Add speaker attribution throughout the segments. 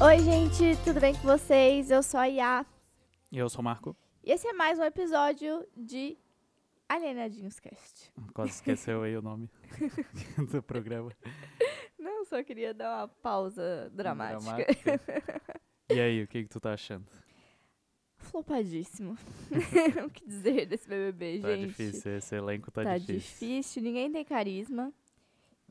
Speaker 1: Oi, gente, tudo bem com vocês? Eu sou a Iá.
Speaker 2: E eu sou o Marco.
Speaker 1: E esse é mais um episódio de Alienadinhos Cast.
Speaker 2: Quase esqueceu aí o nome do programa.
Speaker 1: Não, só queria dar uma pausa dramática.
Speaker 2: Dramática. E aí, o que, que tu tá achando?
Speaker 1: Flopadíssimo. o que dizer desse BBB,
Speaker 2: Tá
Speaker 1: gente?
Speaker 2: difícil, esse elenco tá,
Speaker 1: Tá
Speaker 2: difícil.
Speaker 1: difícil, ninguém tem carisma.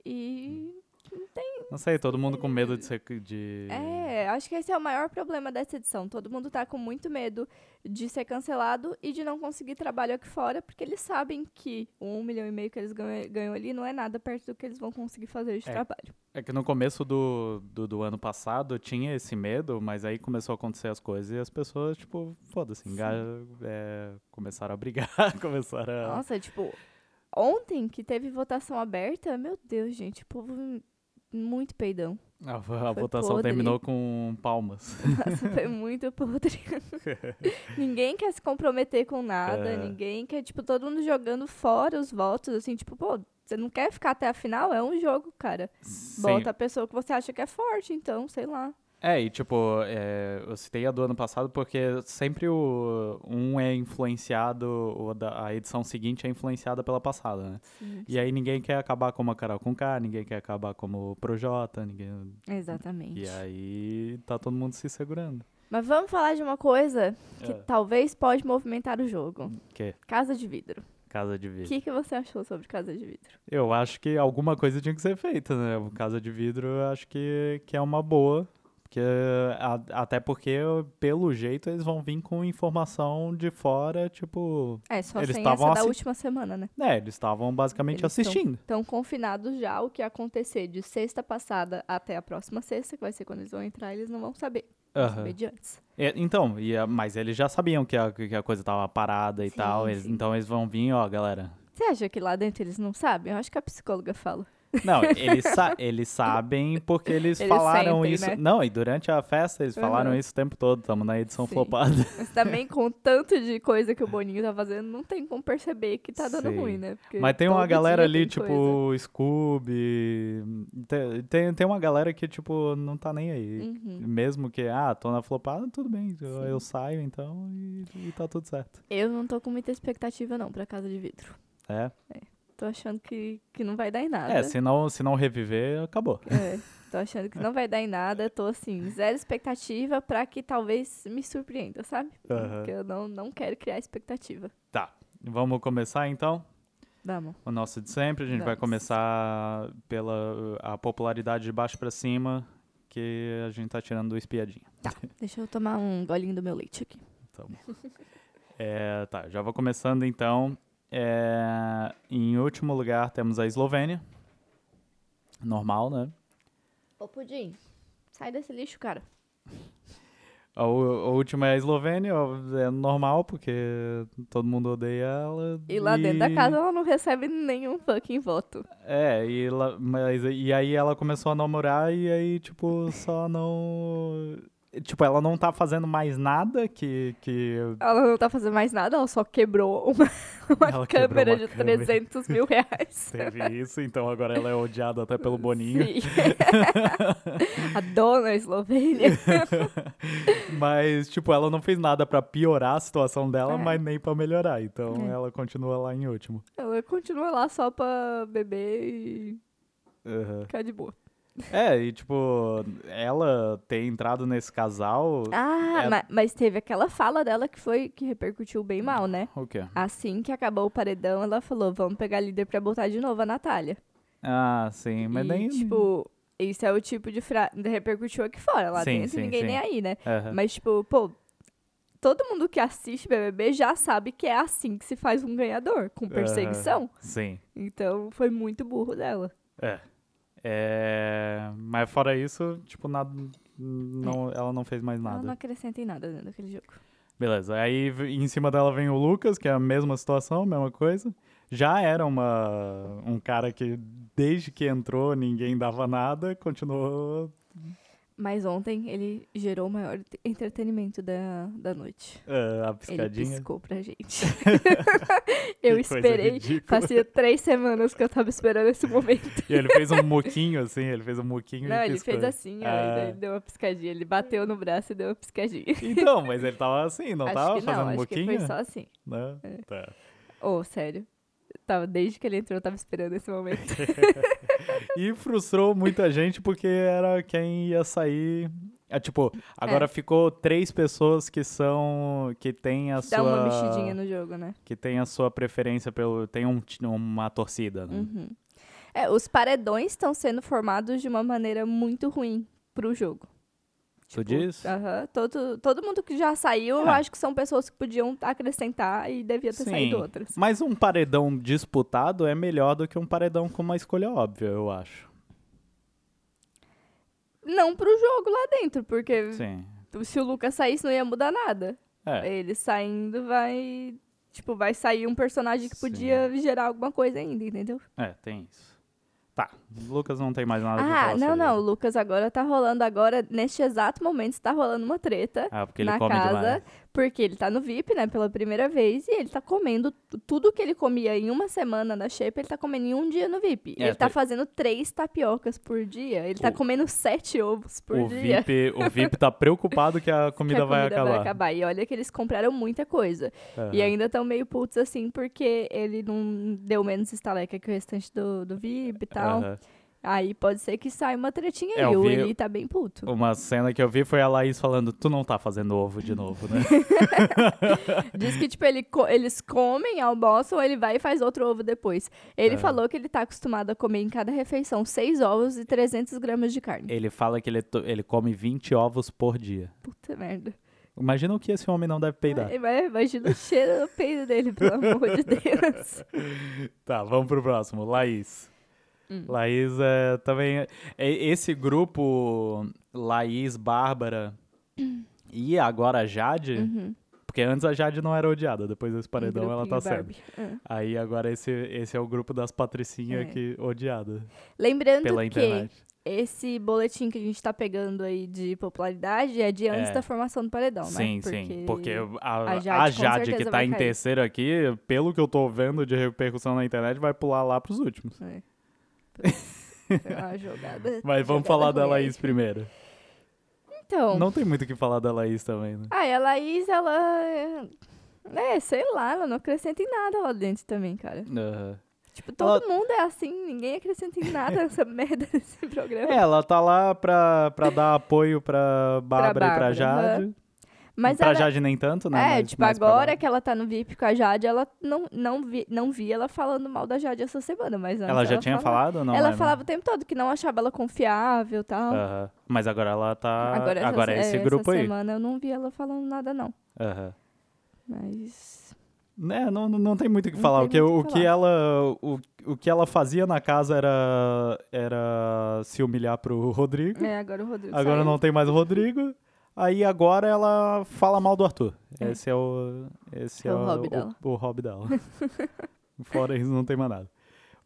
Speaker 1: E não tem.
Speaker 2: Não sei, todo mundo com medo de ser. De...
Speaker 1: É, acho que esse é o maior problema dessa edição. Todo mundo tá com muito medo de ser cancelado e de não conseguir trabalho aqui fora, porque eles sabem que o um milhão e meio que eles ganham, ganham ali não é nada perto do que eles vão conseguir fazer de
Speaker 2: É.
Speaker 1: trabalho.
Speaker 2: É que no começo do, do, do ano passado tinha esse medo, mas aí começou a acontecer as coisas e as pessoas, tipo, foda-se, engaja- é, começaram a brigar, começaram a.
Speaker 1: Nossa, tipo, ontem que teve votação aberta, meu Deus, gente, o povo muito peidão.
Speaker 2: A, vo- a
Speaker 1: Foi
Speaker 2: votação
Speaker 1: podre.
Speaker 2: terminou com palmas.
Speaker 1: Nossa, foi muito podre. ninguém quer se comprometer com nada,
Speaker 2: É.
Speaker 1: ninguém quer, tipo, todo mundo jogando fora os votos, assim, tipo, pô, você não quer ficar até a final? É um jogo, cara.
Speaker 2: Sim.
Speaker 1: Bota a pessoa que você acha que é forte, então, sei lá.
Speaker 2: É, e tipo, é, eu citei a do ano passado porque sempre o, um é influenciado, o da- a edição seguinte é influenciada pela passada, né? E aí ninguém quer acabar como a Carol Conká, ninguém quer acabar como o Projota, ninguém...
Speaker 1: Exatamente.
Speaker 2: E aí tá todo mundo se segurando.
Speaker 1: Mas vamos falar de uma coisa que
Speaker 2: É.
Speaker 1: talvez pode movimentar o jogo.
Speaker 2: Que?
Speaker 1: Casa de vidro.
Speaker 2: Casa de
Speaker 1: O
Speaker 2: vidro.
Speaker 1: que, que você achou sobre Casa de Vidro?
Speaker 2: Eu acho que alguma coisa tinha que ser feita, né? O Casa de Vidro eu acho que, que é uma boa. Porque, a- até porque, pelo jeito, eles vão vir com informação de fora, tipo,
Speaker 1: É, só
Speaker 2: Eles
Speaker 1: sem essa
Speaker 2: estavam
Speaker 1: da
Speaker 2: assi-
Speaker 1: última semana, né?
Speaker 2: É, eles estavam basicamente
Speaker 1: Eles tão-
Speaker 2: assistindo.
Speaker 1: Estão confinados já o que acontecer de sexta passada até a próxima sexta, que vai ser quando eles vão entrar, eles não vão saber. Vão
Speaker 2: Aham.
Speaker 1: saber de antes.
Speaker 2: É, então, e a- mas eles já sabiam que a, que a coisa tava parada e
Speaker 1: Sim,
Speaker 2: tal. eles-
Speaker 1: sim.
Speaker 2: então eles vão vir, ó, galera.
Speaker 1: Você acha que lá dentro eles não sabem? Eu acho que a psicóloga fala.
Speaker 2: Não, eles, sa- eles sabem porque eles,
Speaker 1: Eles
Speaker 2: falaram
Speaker 1: sentem,
Speaker 2: isso.
Speaker 1: né?
Speaker 2: Não, e durante a festa eles falaram
Speaker 1: Aham.
Speaker 2: isso o tempo todo. Tamo na edição
Speaker 1: Sim.
Speaker 2: flopada.
Speaker 1: Mas também com o tanto de coisa que o Boninho tá fazendo, não tem como perceber que tá dando
Speaker 2: Sim.
Speaker 1: ruim, né? Porque
Speaker 2: Mas tem uma
Speaker 1: todo
Speaker 2: galera
Speaker 1: dia
Speaker 2: ali,
Speaker 1: tem coisa.
Speaker 2: tipo, Scooby. Tem, tem, tem uma galera que, tipo, não tá nem aí.
Speaker 1: Uhum.
Speaker 2: Mesmo que, ah, tô na flopada, tudo bem. Eu,
Speaker 1: Sim.
Speaker 2: eu saio então e, e tá tudo certo.
Speaker 1: Eu não tô com muita expectativa, não, pra Casa de Vidro.
Speaker 2: É.
Speaker 1: Tô achando que, que não vai dar em nada.
Speaker 2: É, se não, se não reviver, acabou.
Speaker 1: É, tô achando que não vai dar em nada, tô assim, zero expectativa pra que talvez me surpreenda, sabe?
Speaker 2: Aham.
Speaker 1: Porque eu não, não quero criar expectativa.
Speaker 2: Tá, vamos começar então
Speaker 1: Vamos.
Speaker 2: o nosso de sempre. A gente vai
Speaker 1: Vamos.
Speaker 2: começar pela a popularidade de baixo pra cima, que a gente tá tirando do espiadinha.
Speaker 1: Deixa eu tomar um golinho do meu leite aqui.
Speaker 2: Tá bom. É, tá, já vou começando então. É, em último lugar temos a Eslovênia. Normal, né?
Speaker 1: Ô, Pudim, sai desse lixo, cara.
Speaker 2: A, u- a última é a Eslovênia, ó, é normal, porque todo mundo odeia ela.
Speaker 1: E lá dentro da casa ela não recebe nenhum fucking voto.
Speaker 2: É, e, ela, mas, e aí ela começou a namorar e aí, tipo, só não. Tipo, ela não tá fazendo mais nada que. que
Speaker 1: Ela não tá fazendo mais nada, ela só quebrou uma, uma
Speaker 2: Ela quebrou
Speaker 1: câmera
Speaker 2: uma
Speaker 1: de
Speaker 2: câmera.
Speaker 1: 300 mil reais.
Speaker 2: teve isso, então agora ela é odiada até pelo Boninho.
Speaker 1: Sim. a dona Eslovênia.
Speaker 2: Mas, tipo, ela não fez nada pra piorar a situação dela,
Speaker 1: É.
Speaker 2: mas nem pra melhorar. Então
Speaker 1: É.
Speaker 2: ela continua lá em último.
Speaker 1: Ela continua lá só pra beber e
Speaker 2: Uhum.
Speaker 1: ficar de boa.
Speaker 2: É, e tipo, ela ter entrado nesse casal.
Speaker 1: Ah,
Speaker 2: É.
Speaker 1: ma- mas teve aquela fala dela que foi que repercutiu bem mal, né?
Speaker 2: O quê?
Speaker 1: Assim que acabou o paredão, ela falou: vamos pegar líder pra botar de novo a Natália.
Speaker 2: Ah, sim, mas
Speaker 1: e,
Speaker 2: nem.
Speaker 1: tipo, isso é o tipo de frase. Repercutiu aqui fora, lá
Speaker 2: Sim,
Speaker 1: dentro,
Speaker 2: sim, É.
Speaker 1: ninguém
Speaker 2: sim.
Speaker 1: nem aí, né?
Speaker 2: Aham.
Speaker 1: Mas, tipo, pô, todo mundo que assiste BBB já sabe que é assim que se faz um ganhador, com perseguição.
Speaker 2: Aham. Sim.
Speaker 1: Então, foi muito burro dela.
Speaker 2: É, mas fora isso, tipo, nada, não, ela não fez mais
Speaker 1: É. Ela não
Speaker 2: nada.
Speaker 1: acrescenta em nada dentro daquele jogo.
Speaker 2: Beleza, aí v- em cima dela vem o Lucas, que é a mesma situação, mesma coisa. Já era uma, um cara que desde que entrou ninguém dava nada, continuou
Speaker 1: Mas ontem ele gerou o maior te- entretenimento da, da noite.
Speaker 2: Ah, a
Speaker 1: Ele
Speaker 2: piscadinha.
Speaker 1: piscou pra gente. eu
Speaker 2: Que coisa
Speaker 1: esperei.
Speaker 2: ridícula.
Speaker 1: Fazia três semanas que eu tava esperando esse momento.
Speaker 2: E ele fez um moquinho, assim, ele fez um moquinho
Speaker 1: Não,
Speaker 2: e
Speaker 1: ele
Speaker 2: piscou.
Speaker 1: fez assim, ó,
Speaker 2: Ah.
Speaker 1: e daí deu uma piscadinha. Ele bateu no braço e deu uma piscadinha.
Speaker 2: Então, mas ele tava assim, não
Speaker 1: acho
Speaker 2: tava
Speaker 1: que não,
Speaker 2: fazendo
Speaker 1: acho
Speaker 2: moquinho?
Speaker 1: que foi só assim.
Speaker 2: Não? Tá.
Speaker 1: Ô, sério. Eu Tava, desde que ele entrou, eu tava esperando esse momento.
Speaker 2: E frustrou muita gente porque era quem ia sair. É, tipo, agora ficou três pessoas que são. que tem a
Speaker 1: Dá
Speaker 2: sua.
Speaker 1: uma mexidinha no jogo, né?
Speaker 2: Que tem a sua preferência pelo. tem um ti- uma torcida, né?
Speaker 1: Uhum. É, os paredões estão sendo formados de uma maneira muito ruim pro jogo. Tipo,
Speaker 2: Tu diz?
Speaker 1: Aham. Todo, todo mundo que já saiu, eu
Speaker 2: É.
Speaker 1: acho que são pessoas que podiam acrescentar e devia ter
Speaker 2: Sim.
Speaker 1: saído outras.
Speaker 2: Mas um paredão disputado é melhor do que um paredão com uma escolha óbvia, eu acho.
Speaker 1: Não pro jogo lá dentro, porque
Speaker 2: Sim.
Speaker 1: se o Lucas saísse, não ia mudar nada.
Speaker 2: É.
Speaker 1: Ele saindo vai. Tipo, vai sair um personagem que
Speaker 2: Sim.
Speaker 1: podia gerar alguma coisa ainda, entendeu?
Speaker 2: É, tem isso. Tá. O Lucas não tem mais nada pra
Speaker 1: Ah,
Speaker 2: falar
Speaker 1: não,
Speaker 2: sobre
Speaker 1: não. O
Speaker 2: ele.
Speaker 1: Lucas agora tá rolando agora, neste exato momento, está rolando uma treta
Speaker 2: Ah, porque ele
Speaker 1: na
Speaker 2: come
Speaker 1: casa,
Speaker 2: demais.
Speaker 1: porque ele tá no VIP, né, pela primeira vez, e ele tá comendo t- tudo que ele comia em uma semana na shape, ele tá comendo em um dia no VIP.
Speaker 2: É,
Speaker 1: ele tá
Speaker 2: por-
Speaker 1: fazendo três tapiocas por dia, ele tá
Speaker 2: O-
Speaker 1: comendo sete ovos por
Speaker 2: O
Speaker 1: dia.
Speaker 2: VIP, o VIP tá preocupado que a
Speaker 1: que
Speaker 2: comida,
Speaker 1: a
Speaker 2: vai, acabar.
Speaker 1: E olha que eles compraram muita coisa.
Speaker 2: É.
Speaker 1: E ainda estão meio putos assim, porque ele não deu menos estaleca que o restante do, do VIP e tal.
Speaker 2: Aham.
Speaker 1: Aí pode ser que saia uma tretinha
Speaker 2: É,
Speaker 1: aí.
Speaker 2: eu
Speaker 1: O
Speaker 2: vi-
Speaker 1: Eli tá bem puto.
Speaker 2: Uma cena que eu vi foi a Laís falando: Tu não tá fazendo ovo de novo, né?
Speaker 1: Diz que, tipo, ele co- eles comem, almoçam, ele vai e faz outro ovo depois. Ele
Speaker 2: É.
Speaker 1: falou que ele tá acostumado a comer em cada refeição seis ovos e 300 gramas de carne.
Speaker 2: ele fala que ele, to- ele come 20 ovos por dia.
Speaker 1: Puta merda.
Speaker 2: Imagina o que esse homem não deve peidar.
Speaker 1: Ima- Imagina o cheiro do peido dele, pelo amor de Deus.
Speaker 2: Tá, vamos pro próximo. Laís.
Speaker 1: Hum.
Speaker 2: Laís é, também. é- esse grupo Laís, Bárbara
Speaker 1: Hum.
Speaker 2: e agora a Jade.
Speaker 1: Uhum.
Speaker 2: Porque antes a Jade não era odiada, depois desse É. paredão
Speaker 1: Um
Speaker 2: ela
Speaker 1: grupinho
Speaker 2: tá sendo.
Speaker 1: Barbie. Ah.
Speaker 2: Aí agora esse, esse é o grupo das patricinhas
Speaker 1: É.
Speaker 2: que odiada
Speaker 1: Lembrando
Speaker 2: pela
Speaker 1: que
Speaker 2: internet.
Speaker 1: esse boletim que a gente tá pegando aí de popularidade é de antes
Speaker 2: É.
Speaker 1: da formação do paredão,
Speaker 2: Sim,
Speaker 1: né?
Speaker 2: sim. Porque a,
Speaker 1: a
Speaker 2: a
Speaker 1: Jade
Speaker 2: Jade,
Speaker 1: com certeza
Speaker 2: que tá
Speaker 1: vai
Speaker 2: em
Speaker 1: cair.
Speaker 2: terceiro aqui, pelo que eu tô vendo de repercussão na internet, vai pular lá pros últimos.
Speaker 1: É. Foi uma jogada.
Speaker 2: Mas
Speaker 1: jogada
Speaker 2: vamos falar da
Speaker 1: ruim aí.
Speaker 2: Laís primeiro.
Speaker 1: Então.
Speaker 2: Não tem muito o que falar da Laís também, né?
Speaker 1: Ah, e a Laís, ela. é- É, sei lá, ela não acrescenta em nada lá dentro também, cara.
Speaker 2: Aham.
Speaker 1: Tipo, todo mundo é assim, ninguém acrescenta em nada nessa merda desse programa.
Speaker 2: É, ela tá lá pra, pra dar apoio pra Bárbara e pra
Speaker 1: Bárbara,
Speaker 2: Jade.
Speaker 1: Mas
Speaker 2: pra
Speaker 1: ela.
Speaker 2: Jade nem tanto, né?
Speaker 1: é,
Speaker 2: Mas
Speaker 1: tipo,
Speaker 2: mais pra
Speaker 1: agora
Speaker 2: Bárbara.
Speaker 1: que ela tá no VIP com a Jade, ela não, não, vi, não vi ela falando mal da Jade essa semana, mas antes
Speaker 2: Ela já tinha
Speaker 1: falava-
Speaker 2: falado ou não? né?
Speaker 1: ela
Speaker 2: lembra?
Speaker 1: falava o tempo todo que não achava ela confiável e tal.
Speaker 2: Aham. Mas agora ela tá. Agora,
Speaker 1: essa-
Speaker 2: é esse
Speaker 1: essa
Speaker 2: grupo aí.
Speaker 1: semana eu não vi ela falando nada, não.
Speaker 2: Aham.
Speaker 1: Mas.
Speaker 2: né não, não- não tem muito o que
Speaker 1: Não
Speaker 2: falar.
Speaker 1: tem
Speaker 2: O que,
Speaker 1: muito o
Speaker 2: o,
Speaker 1: que
Speaker 2: que
Speaker 1: falar.
Speaker 2: ela, o, o que ela fazia na casa era, era se humilhar pro Rodrigo.
Speaker 1: É, agora o Rodrigo.
Speaker 2: Agora
Speaker 1: saiu.
Speaker 2: não tem mais o Rodrigo. Aí agora ela fala mal do Arthur. Esse é o. Esse
Speaker 1: É
Speaker 2: é,
Speaker 1: o hobby dela.
Speaker 2: O, hobby dela. Fora isso, não tem mais nada.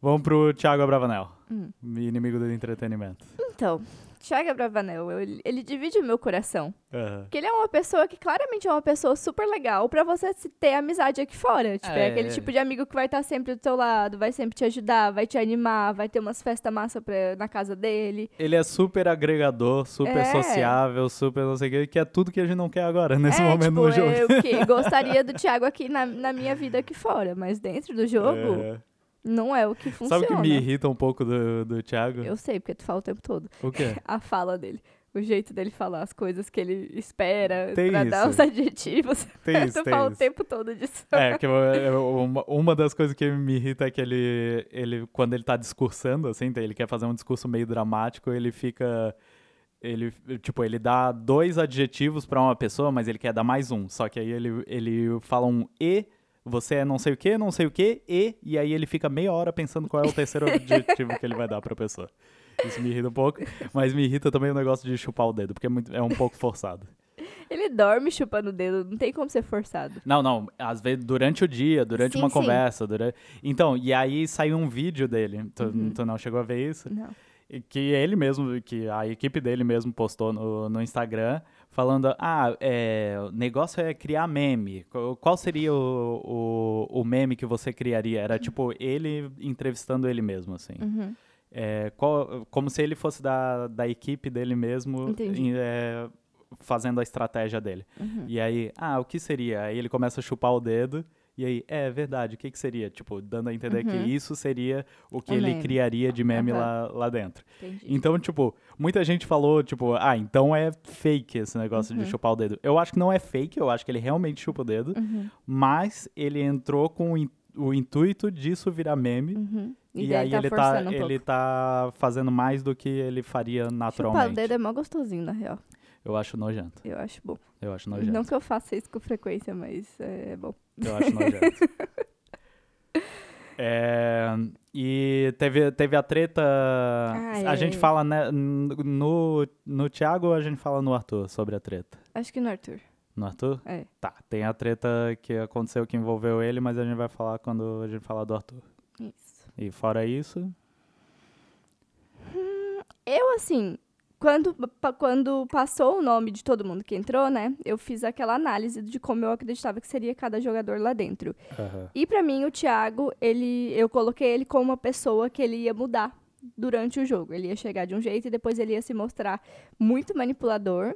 Speaker 2: Vamos pro Thiago Abravanel.
Speaker 1: Hum.
Speaker 2: Inimigo do entretenimento.
Speaker 1: Então, Thiago Bravanel, eu- ele divide o meu coração.
Speaker 2: Aham.
Speaker 1: Porque ele é uma pessoa que claramente é uma pessoa super legal pra você se ter amizade aqui fora. Tipo, é,
Speaker 2: É,
Speaker 1: aquele
Speaker 2: é.
Speaker 1: tipo de amigo que vai estar sempre do teu lado, vai sempre te ajudar, vai te animar, vai ter umas festas massa pra- na casa dele.
Speaker 2: Ele é super agregador, super
Speaker 1: É.
Speaker 2: sociável, super não sei o que, que é tudo que a gente não quer agora, nesse
Speaker 1: é,
Speaker 2: momento
Speaker 1: tipo,
Speaker 2: no jogo.
Speaker 1: eu que gostaria do Thiago aqui na, na minha vida aqui fora, mas dentro do jogo
Speaker 2: É.
Speaker 1: não é o que funciona.
Speaker 2: Sabe o que me irrita um pouco do, do Thiago?
Speaker 1: Eu sei, porque tu fala o tempo todo.
Speaker 2: O quê?
Speaker 1: A fala dele. O jeito dele falar as coisas que ele espera
Speaker 2: Tem
Speaker 1: pra dar
Speaker 2: isso.
Speaker 1: os adjetivos.
Speaker 2: Tem isso,
Speaker 1: tu
Speaker 2: tem
Speaker 1: fala o
Speaker 2: isso.
Speaker 1: tempo todo disso.
Speaker 2: É, que eu- eu- uma, uma das coisas que me irrita é que ele, ele, quando ele tá discursando, assim, ele quer fazer um discurso meio dramático, ele fica. Ele, tipo, ele dá dois adjetivos pra uma pessoa, mas ele quer dar mais um. Só que aí ele, ele fala um e, você é não sei o que, não sei o que, e, e aí ele fica meia hora pensando qual é o terceiro adjetivo que ele vai dar pra pessoa. Isso me irrita um pouco, mas me irrita também o negócio de chupar o dedo, porque é, muito- é um pouco forçado.
Speaker 1: Ele dorme chupando o dedo, não tem como ser forçado.
Speaker 2: Não, não. Às vezes durante o dia, durante
Speaker 1: Sim,
Speaker 2: uma
Speaker 1: sim. Uhum.
Speaker 2: conversa. Durante... Então, e aí saiu um vídeo dele. Tu, tu não chegou a ver isso?
Speaker 1: Não.
Speaker 2: e que ele mesmo, que a equipe dele mesmo postou no, no Instagram, falando, ah, é, o negócio é criar meme. Qu- Qual seria o, o, o meme que você criaria? Era tipo ele entrevistando ele mesmo, assim.
Speaker 1: Uhum.
Speaker 2: É, qual- como se ele fosse da, da equipe dele mesmo,
Speaker 1: Entendi.
Speaker 2: em- é, fazendo a estratégia dele.
Speaker 1: uhum.
Speaker 2: E aí, ah, o que seria? Aí ele começa a chupar o dedo. E aí, é verdade, o que, que seria? Tipo, dando a entender que
Speaker 1: Uhum.
Speaker 2: isso seria o que
Speaker 1: Um
Speaker 2: ele
Speaker 1: meme.
Speaker 2: criaria de meme
Speaker 1: Aham.
Speaker 2: lá, lá dentro.
Speaker 1: Entendi.
Speaker 2: Então, tipo, muita gente falou, tipo, ah, então é fake esse negócio de chupar o dedo. Eu acho que não é fake, eu acho que ele realmente chupa o dedo,
Speaker 1: Uhum.
Speaker 2: mas ele entrou com o in- o intuito disso virar meme.
Speaker 1: Uhum.
Speaker 2: E,
Speaker 1: daí
Speaker 2: aí ele, tá,
Speaker 1: forçando um
Speaker 2: ele
Speaker 1: pouco.
Speaker 2: tá fazendo mais do que ele faria
Speaker 1: Chupar
Speaker 2: naturalmente.
Speaker 1: o dedo é mó gostosinho, na real.
Speaker 2: Eu acho nojento.
Speaker 1: Eu acho bom.
Speaker 2: Eu acho
Speaker 1: Não
Speaker 2: nojento.
Speaker 1: que eu faça isso com frequência, mas é bom.
Speaker 2: Eu acho nojento. É, e teve, teve a treta.
Speaker 1: Ai,
Speaker 2: a
Speaker 1: ai,
Speaker 2: gente
Speaker 1: ai.
Speaker 2: fala né, no, no Thiago ou a gente fala no Arthur sobre a treta?
Speaker 1: Acho que no Arthur.
Speaker 2: No Arthur?
Speaker 1: É.
Speaker 2: Tá, tem a treta que aconteceu que envolveu ele, mas a gente vai falar quando a gente falar do Arthur.
Speaker 1: Isso.
Speaker 2: E fora isso.
Speaker 1: Hum, Eu, assim, quando, pa- quando passou o nome de todo mundo que entrou, né? Eu fiz aquela análise de como eu acreditava que seria cada jogador lá dentro. E pra mim, o Thiago, ele, eu coloquei ele como uma pessoa que ele ia mudar durante o jogo. Ele ia chegar de um jeito e depois ele ia se mostrar muito manipulador.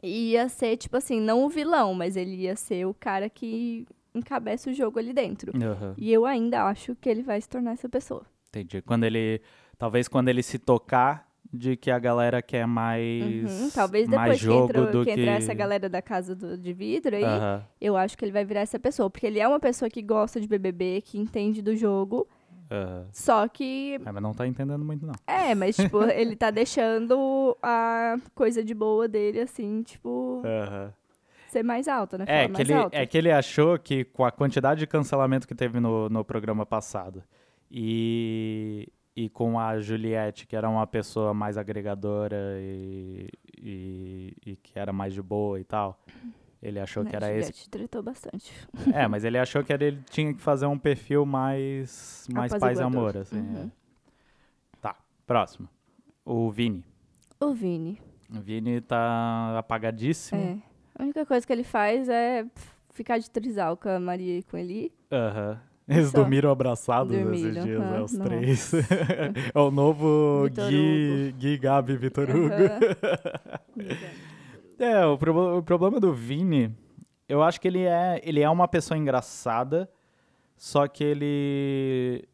Speaker 1: E ia ser, tipo assim, não o vilão, mas ele ia ser o cara que encabeça o jogo ali dentro.
Speaker 2: Aham.
Speaker 1: E eu ainda acho que ele vai se tornar essa pessoa.
Speaker 2: Entendi. Quando ele. Talvez quando ele se tocar de que a galera quer mais.
Speaker 1: Uhum, Talvez
Speaker 2: mais
Speaker 1: depois que,
Speaker 2: jogo
Speaker 1: entrou,
Speaker 2: do
Speaker 1: que entrar essa galera da casa do- de vidro aí,
Speaker 2: Aham,
Speaker 1: eu acho que ele vai virar essa pessoa. Porque ele é uma pessoa que gosta de BBB, que entende do jogo,
Speaker 2: aham.
Speaker 1: só que.
Speaker 2: É, mas não tá entendendo muito, não.
Speaker 1: É, mas, tipo, ele tá deixando a coisa de boa dele, assim, tipo, ser mais alta, né?
Speaker 2: É,
Speaker 1: Falar
Speaker 2: que
Speaker 1: mais
Speaker 2: ele,
Speaker 1: alta.
Speaker 2: é que ele achou que com a quantidade de cancelamento que teve no, no programa passado e, e com a Juliette, que era uma pessoa mais agregadora e, e, e que era mais de boa e tal, ele achou
Speaker 1: Né,
Speaker 2: que era é esse.
Speaker 1: Juliette tretou bastante.
Speaker 2: É, mas ele achou que era- ele tinha que fazer um perfil mais, mais paz e
Speaker 1: Apaziguador.
Speaker 2: amor, assim. é.
Speaker 1: Uhum.
Speaker 2: Tá, próximo. O Vini.
Speaker 1: O Vini,
Speaker 2: O Vini tá apagadíssimo.
Speaker 1: é. A única coisa que ele faz é ficar de trisal com a Maria e com ele.
Speaker 2: Aham. Eles
Speaker 1: Só.
Speaker 2: dormiram abraçados esses
Speaker 1: Então, Dormiram,
Speaker 2: dias, né,
Speaker 1: aham,
Speaker 2: os
Speaker 1: nossa.
Speaker 2: três. é o novo
Speaker 1: Vitor
Speaker 2: Gui, Gui, Gabi, Vitor Hugo. É, o, proble- o problema do Vini, eu acho que ele é, ele é uma pessoa engraçada, só que ele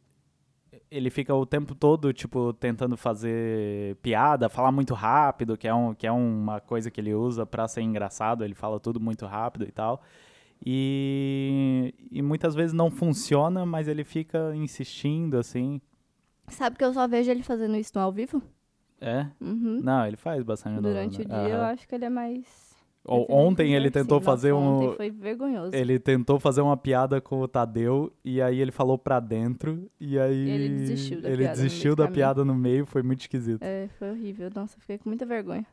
Speaker 2: ele fica o tempo todo, tipo, tentando fazer piada, falar muito rápido, que é, um, que é uma coisa que ele usa pra ser engraçado, ele fala tudo muito rápido e tal. E, e muitas vezes não funciona, mas ele fica insistindo, assim.
Speaker 1: Sabe que eu só vejo ele fazendo isso no ao vivo?
Speaker 2: É?
Speaker 1: Uhum.
Speaker 2: Não, ele faz bastante. no-
Speaker 1: Durante o dia,
Speaker 2: Aham.
Speaker 1: eu acho que ele é mais.
Speaker 2: Ou-
Speaker 1: eu tenho
Speaker 2: Ontem ele
Speaker 1: que dizer que
Speaker 2: tentou
Speaker 1: sim.
Speaker 2: fazer
Speaker 1: Nossa,
Speaker 2: um...
Speaker 1: assim, Ontem foi vergonhoso.
Speaker 2: Ele tentou fazer uma piada com o Tadeu e aí ele falou pra dentro e aí
Speaker 1: Ele desistiu da
Speaker 2: ele
Speaker 1: piada no
Speaker 2: desistiu
Speaker 1: meio do
Speaker 2: da
Speaker 1: caminho.
Speaker 2: piada no meio, foi muito esquisito.
Speaker 1: É, foi horrível. Nossa, eu fiquei com muita vergonha.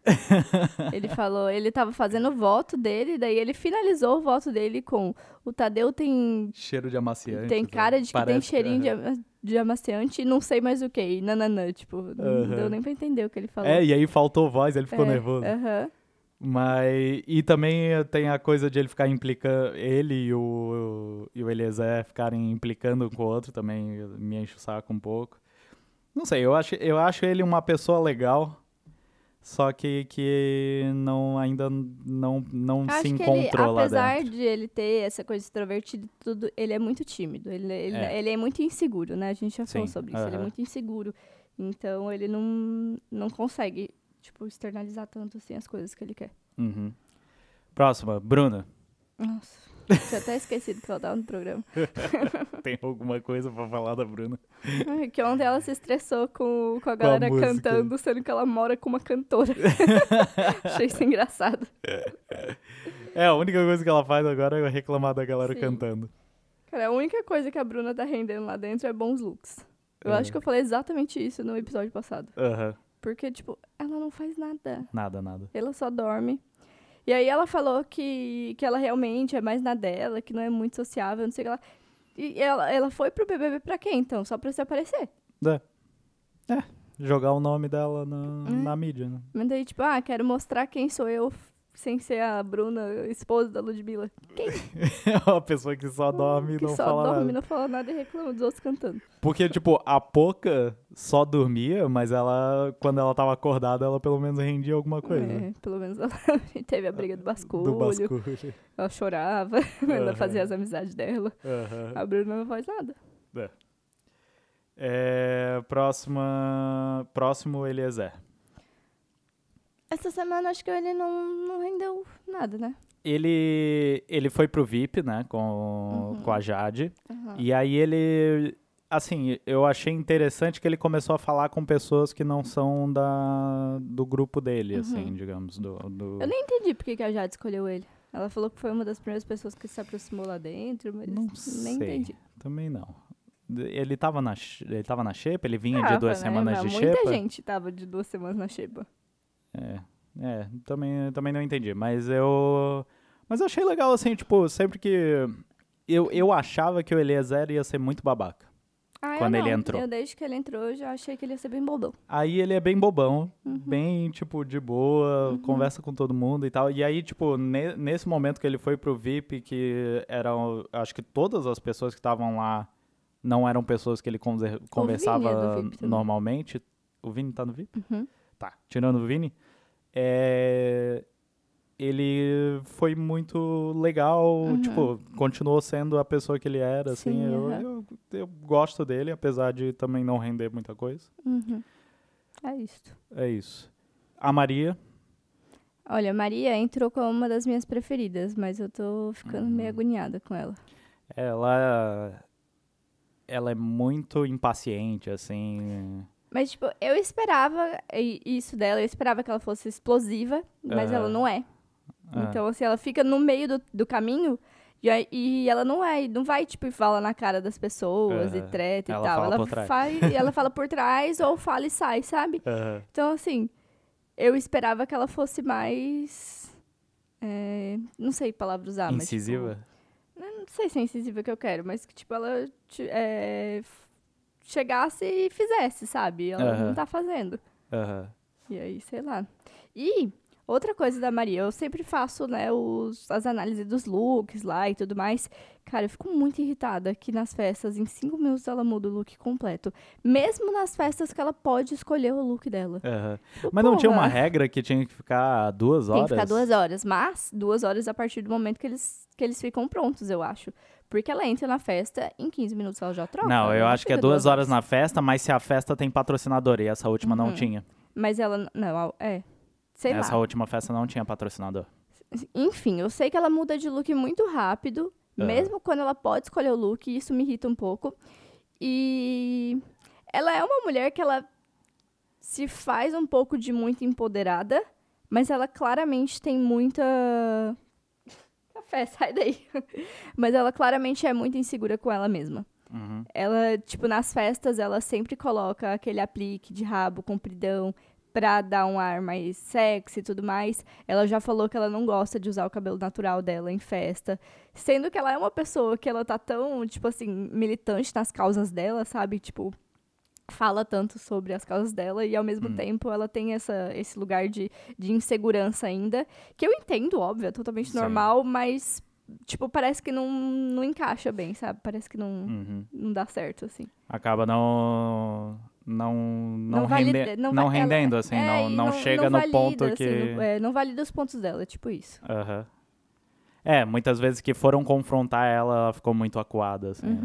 Speaker 1: ele falou, ele tava fazendo o voto dele, daí ele finalizou o voto dele com o Tadeu tem,
Speaker 2: Cheiro de amaciante.
Speaker 1: tem
Speaker 2: sabe?
Speaker 1: cara de que tem
Speaker 2: né? Parece-
Speaker 1: cheirinho de, ama- de amaciante e não sei mais o que, e nananã, tipo,
Speaker 2: Aham.
Speaker 1: não deu nem pra entender o que ele falou.
Speaker 2: É, e aí faltou voz, ele ficou
Speaker 1: É,
Speaker 2: nervoso.
Speaker 1: aham.
Speaker 2: Mas. E também eh, tem a coisa de ele ficar implicando. Ele e o, e o Eliezer ficarem implicando um com o outro também me enche o saco um pouco. Não sei, eu acho, eu acho ele uma pessoa legal. Só que, que não, ainda não, não
Speaker 1: Acho
Speaker 2: se
Speaker 1: que ele,
Speaker 2: encontrou lá
Speaker 1: apesar
Speaker 2: dentro.
Speaker 1: de ele ter essa coisa extrovertida e tudo, ele é muito tímido. Ele ele ele
Speaker 2: É.
Speaker 1: é, muito inseguro, né? A gente já falou
Speaker 2: Sim,
Speaker 1: sobre isso. Ele é
Speaker 2: aham.
Speaker 1: muito inseguro. Então ele não, não consegue, tipo, externalizar tanto assim as coisas que ele quer.
Speaker 2: Uhum. Próxima, Bruna.
Speaker 1: Nossa, tinha até esquecido que ela tava no programa.
Speaker 2: Tem alguma coisa pra falar da Bruna?
Speaker 1: Ai, Que ontem ela se estressou com, com a
Speaker 2: Com a
Speaker 1: galera
Speaker 2: música.
Speaker 1: cantando, sendo que ela mora com uma cantora. Achei isso engraçado.
Speaker 2: É, a única coisa que ela faz agora é reclamar da galera
Speaker 1: Sim.
Speaker 2: cantando.
Speaker 1: Cara, a única coisa que a Bruna tá rendendo lá dentro é bons looks. Eu
Speaker 2: É.
Speaker 1: acho que eu falei exatamente isso no episódio passado.
Speaker 2: Aham.
Speaker 1: Porque, tipo, ela não faz nada.
Speaker 2: Nada, nada.
Speaker 1: Ela só dorme. E aí ela falou que, que ela realmente é mais na dela, que não é muito sociável, não sei o que lá. E ela, ela foi pro BBB pra quê, então? Só pra se aparecer.
Speaker 2: jogar o nome dela na,
Speaker 1: É.
Speaker 2: na mídia, né?
Speaker 1: Mas daí, tipo, ah, quero mostrar quem sou eu f- sem ser a Bruna, esposa da Ludmilla.
Speaker 2: É uma pessoa que só dorme e
Speaker 1: Hum, que
Speaker 2: não
Speaker 1: só
Speaker 2: fala
Speaker 1: dorme,
Speaker 2: nada.
Speaker 1: não fala nada e reclama dos outros cantando.
Speaker 2: Porque, tipo, a Poca só dormia, mas ela, quando ela tava acordada, ela pelo menos rendia alguma coisa.
Speaker 1: É, pelo menos ela teve a briga do basculho.
Speaker 2: Do basculho.
Speaker 1: Ela chorava, ela
Speaker 2: Aham.
Speaker 1: fazia as amizades dela.
Speaker 2: Aham.
Speaker 1: A Bruna não faz nada.
Speaker 2: É, próxima, próximo Eliezer.
Speaker 1: Essa semana acho que ele não, não rendeu nada, né?
Speaker 2: Ele, ele foi pro VIP, né, com,
Speaker 1: Uhum.
Speaker 2: com a Jade.
Speaker 1: Aham.
Speaker 2: E aí ele, assim, eu achei interessante que ele começou a falar com pessoas que não são da, do grupo dele, assim, digamos. Do, do...
Speaker 1: Uhum. Eu nem entendi por que que a Jade escolheu ele. Ela falou que foi uma das primeiras pessoas que se aproximou lá dentro, mas
Speaker 2: Não
Speaker 1: nem
Speaker 2: sei.
Speaker 1: entendi.
Speaker 2: Também não. Ele tava na, sh- ele tava na xepa? Ele vinha de
Speaker 1: Tava,
Speaker 2: duas
Speaker 1: né?
Speaker 2: semanas
Speaker 1: Mas
Speaker 2: de
Speaker 1: Muita
Speaker 2: xepa?
Speaker 1: gente tava de duas semanas na Shepa.
Speaker 2: É, é também, também não entendi, mas eu. Mas eu achei legal, assim, tipo, sempre que. Eu, eu achava que o Eliezer ia ser muito babaca.
Speaker 1: Ah, eu
Speaker 2: Quando ele
Speaker 1: não.
Speaker 2: entrou.
Speaker 1: Eu, desde que ele entrou, eu já achei que ele ia ser bem bobão.
Speaker 2: Aí ele é bem bobão,
Speaker 1: Uhum.
Speaker 2: bem, tipo, de boa, conversa com todo mundo e tal. E aí, tipo, ne- nesse momento que ele foi pro VIP, que eram. Acho que todas as pessoas que estavam lá não eram pessoas que ele
Speaker 1: é
Speaker 2: conver- conversava
Speaker 1: do VIP também.
Speaker 2: normalmente. O Vini tá no VIP?
Speaker 1: Uhum.
Speaker 2: Tá, tirando o Vini, é, ele foi muito legal, tipo, continuou sendo a pessoa que ele era, assim,
Speaker 1: Uhum. Sim,
Speaker 2: eu,
Speaker 1: aham.
Speaker 2: eu, eu gosto dele, apesar de também não render muita coisa,
Speaker 1: Uhum. É isso.
Speaker 2: é isso. A Maria,
Speaker 1: Olha, a Maria entrou como uma das minhas preferidas, mas eu tô ficando
Speaker 2: Uhum.
Speaker 1: meio agoniada com ela.
Speaker 2: ela, ela é muito impaciente, assim,
Speaker 1: Mas, tipo, eu esperava i- isso dela, eu esperava que ela fosse explosiva, mas
Speaker 2: Aham.
Speaker 1: ela não é.
Speaker 2: Ah.
Speaker 1: Então, assim, ela fica no meio do, do caminho e, aí- e ela não é, e não vai, tipo, e fala na cara das pessoas e
Speaker 2: Aham.
Speaker 1: treta e
Speaker 2: É. Ela
Speaker 1: tal.
Speaker 2: fala
Speaker 1: ela,
Speaker 2: por trás.
Speaker 1: faz- ela fala por trás ou fala e sai, sabe? Então, assim, eu esperava que ela fosse mais. é, não sei que palavra usar, mas. tipo,
Speaker 2: incisiva.
Speaker 1: não sei se é incisiva que eu quero, mas que, tipo, ela ti- é, f- chegasse e fizesse, sabe? Ela
Speaker 2: Aham.
Speaker 1: não tá fazendo.
Speaker 2: Aham.
Speaker 1: E aí, sei lá. E outra coisa da Maria, eu sempre faço, né, os, as análises dos looks lá e tudo mais. Cara, eu fico muito irritada que nas festas, em cinco minutos, ela muda o look completo. Mesmo nas festas que ela pode escolher o look dela.
Speaker 2: Aham.
Speaker 1: Ô,
Speaker 2: Mas não tinha uma
Speaker 1: porra.
Speaker 2: regra que tinha que ficar duas
Speaker 1: Tem
Speaker 2: horas?
Speaker 1: que ficar duas horas, mas duas horas a partir do momento que eles, que eles ficam prontos, eu acho. Porque ela entra na festa, em 15 minutos ela já troca.
Speaker 2: Não,
Speaker 1: ela
Speaker 2: eu acho que é
Speaker 1: fica
Speaker 2: duas horas na festa, mas se a festa tem patrocinador, e essa última não
Speaker 1: Uhum.
Speaker 2: tinha.
Speaker 1: Mas ela, n- não, a- é, sei
Speaker 2: essa
Speaker 1: lá.
Speaker 2: última festa não tinha patrocinador.
Speaker 1: Enfim, eu sei que ela muda de look muito rápido,
Speaker 2: Aham.
Speaker 1: mesmo quando ela pode escolher o look, e isso me irrita um pouco. E ela é uma mulher que ela se faz um pouco de muito empoderada, mas ela claramente tem muita café, sai daí. mas ela claramente é muito insegura com ela mesma.
Speaker 2: Uhum.
Speaker 1: Ela, tipo, nas festas, ela sempre coloca aquele aplique de rabo compridão pra dar um ar mais sexy e tudo mais. Ela já falou que ela não gosta de usar o cabelo natural dela em festa. Sendo que ela é uma pessoa que ela tá tão, tipo assim, militante nas causas dela, sabe? Tipo, fala tanto sobre as causas dela e ao mesmo tempo ela tem essa, esse lugar de, de insegurança ainda. Que eu entendo, óbvio, é totalmente
Speaker 2: Sim.
Speaker 1: normal, mas, tipo, parece que não, não encaixa bem, sabe? Parece que não
Speaker 2: Uhum.
Speaker 1: não dá certo, assim.
Speaker 2: Acaba não. Não, não,
Speaker 1: valida-
Speaker 2: rende-
Speaker 1: não
Speaker 2: não
Speaker 1: va- ela-
Speaker 2: rendendo, assim,
Speaker 1: É,
Speaker 2: não,
Speaker 1: e
Speaker 2: não, chega
Speaker 1: não
Speaker 2: no
Speaker 1: valida,
Speaker 2: ponto
Speaker 1: assim,
Speaker 2: que.
Speaker 1: não, é, não valida os pontos dela, é tipo isso.
Speaker 2: Aham. É, muitas vezes que foram confrontar ela, ela ficou muito acuada, assim. né?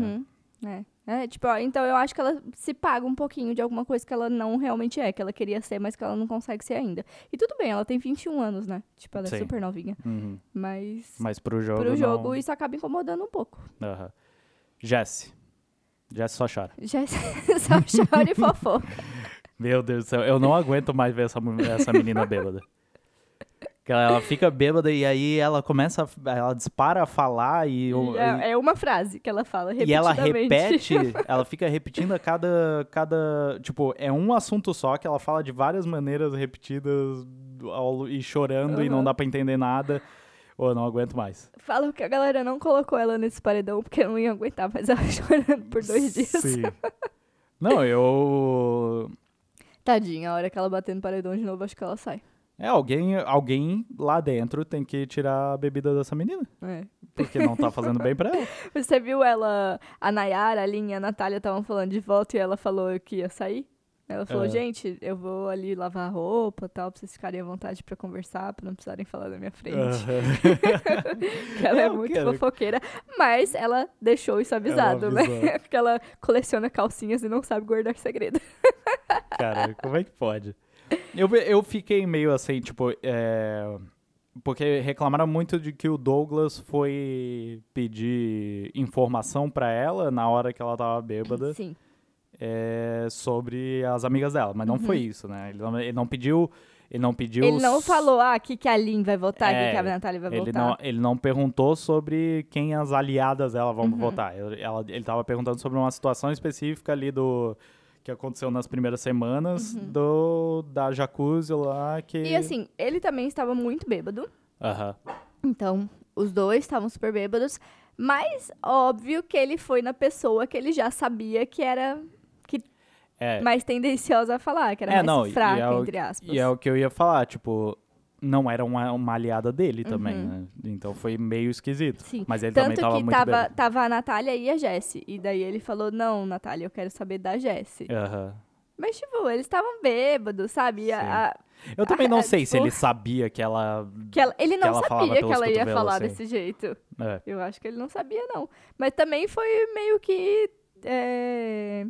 Speaker 1: Uhum. É. É, tipo, ó, então eu acho que ela se paga um pouquinho de alguma coisa que ela não realmente é, que ela queria ser, mas que ela não consegue ser ainda. E tudo bem, ela tem 21 anos, né? Tipo, ela é
Speaker 2: Sim.
Speaker 1: super novinha.
Speaker 2: Uhum.
Speaker 1: Mas,
Speaker 2: Mas pro jogo.
Speaker 1: pro jogo
Speaker 2: Não...
Speaker 1: isso acaba incomodando um pouco.
Speaker 2: Aham. Jesse. Jesse só chora.
Speaker 1: Já é só chora e fofoca.
Speaker 2: Meu Deus do céu, eu não aguento mais ver essa, mu- essa menina bêbada. Que Ela, ela fica bêbada e aí ela começa, a f- ela dispara a falar e, o-
Speaker 1: É, é uma frase que ela fala
Speaker 2: e, e ela
Speaker 1: repetidamente.
Speaker 2: repete, ela fica repetindo a cada, cada. Tipo, é um assunto só que ela fala de várias maneiras repetidas ao- e chorando e não
Speaker 1: Aham.
Speaker 2: dá pra entender nada. Ou não aguento mais.
Speaker 1: Falam que a galera não colocou ela nesse paredão porque não ia aguentar mais ela chorando por dois dias.
Speaker 2: Sim. Não, eu.
Speaker 1: Tadinha, a hora que ela bater no paredão de novo, acho que ela sai.
Speaker 2: É, alguém, alguém lá dentro tem que tirar a bebida dessa menina.
Speaker 1: É.
Speaker 2: Porque não tá fazendo bem pra ela.
Speaker 1: Você viu ela, a Nayara, a Linha, a Natália estavam falando de volta e ela falou que ia sair? Ela falou,
Speaker 2: É.
Speaker 1: gente, eu vou ali lavar a roupa e tal, pra vocês ficarem à vontade pra conversar, pra não precisarem falar na minha frente. Que ela é
Speaker 2: Ah. Não,
Speaker 1: muito
Speaker 2: cara.
Speaker 1: fofoqueira, mas ela deixou isso avisado, né?
Speaker 2: avisou.
Speaker 1: Porque ela coleciona calcinhas e não sabe guardar segredo.
Speaker 2: Cara, como é que pode? Eu, vi- eu fiquei meio assim, tipo, é, porque reclamaram muito de que o Douglas foi pedir informação pra ela na hora que ela tava bêbada
Speaker 1: Sim.
Speaker 2: é, sobre as amigas dela, mas não foi isso, né? Ele não, ele não pediu, ele não pediu.
Speaker 1: Uhum. Ele não
Speaker 2: s-
Speaker 1: falou, ah, aqui que a Lin vai votar, aqui
Speaker 2: É,
Speaker 1: que a Natália vai
Speaker 2: Ele
Speaker 1: votar.
Speaker 2: não, ele não perguntou sobre quem as aliadas dela vão
Speaker 1: Uhum.
Speaker 2: votar. Ele- Ela, ele tava perguntando sobre uma situação específica ali do que aconteceu nas primeiras semanas do da jacuzzi lá que
Speaker 1: Uhum. E assim, ele também estava muito bêbado.
Speaker 2: Aham.
Speaker 1: Então, os dois estavam super bêbados. Mas, óbvio que ele foi na pessoa que ele já sabia que era
Speaker 2: É,
Speaker 1: mais tendenciosa a falar, que era
Speaker 2: É,
Speaker 1: mais
Speaker 2: não, e- e
Speaker 1: fraca,
Speaker 2: é o-
Speaker 1: entre aspas.
Speaker 2: e é o que eu ia falar, tipo, não era uma, uma aliada dele também,
Speaker 1: Uhum.
Speaker 2: né? Então foi meio esquisito.
Speaker 1: Sim.
Speaker 2: Mas ele
Speaker 1: Tanto
Speaker 2: também tava
Speaker 1: que
Speaker 2: muito
Speaker 1: tava,
Speaker 2: bêbado.
Speaker 1: tava a Natália e a Jessie. E daí ele falou, não, Natália, eu quero saber da
Speaker 2: É.
Speaker 1: Jessie.
Speaker 2: Aham.
Speaker 1: Mas, tipo, eles estavam bêbados, sabe? E a- a-
Speaker 2: Eu também não
Speaker 1: Ah,
Speaker 2: sei se
Speaker 1: tipo-
Speaker 2: ele sabia que ela.
Speaker 1: que ela- ele não
Speaker 2: ela falava
Speaker 1: sabia que
Speaker 2: pelos
Speaker 1: ela ia
Speaker 2: cotovelos,
Speaker 1: falar
Speaker 2: assim.
Speaker 1: desse jeito.
Speaker 2: É.
Speaker 1: Eu acho que ele não sabia, não. Mas também foi meio que. é,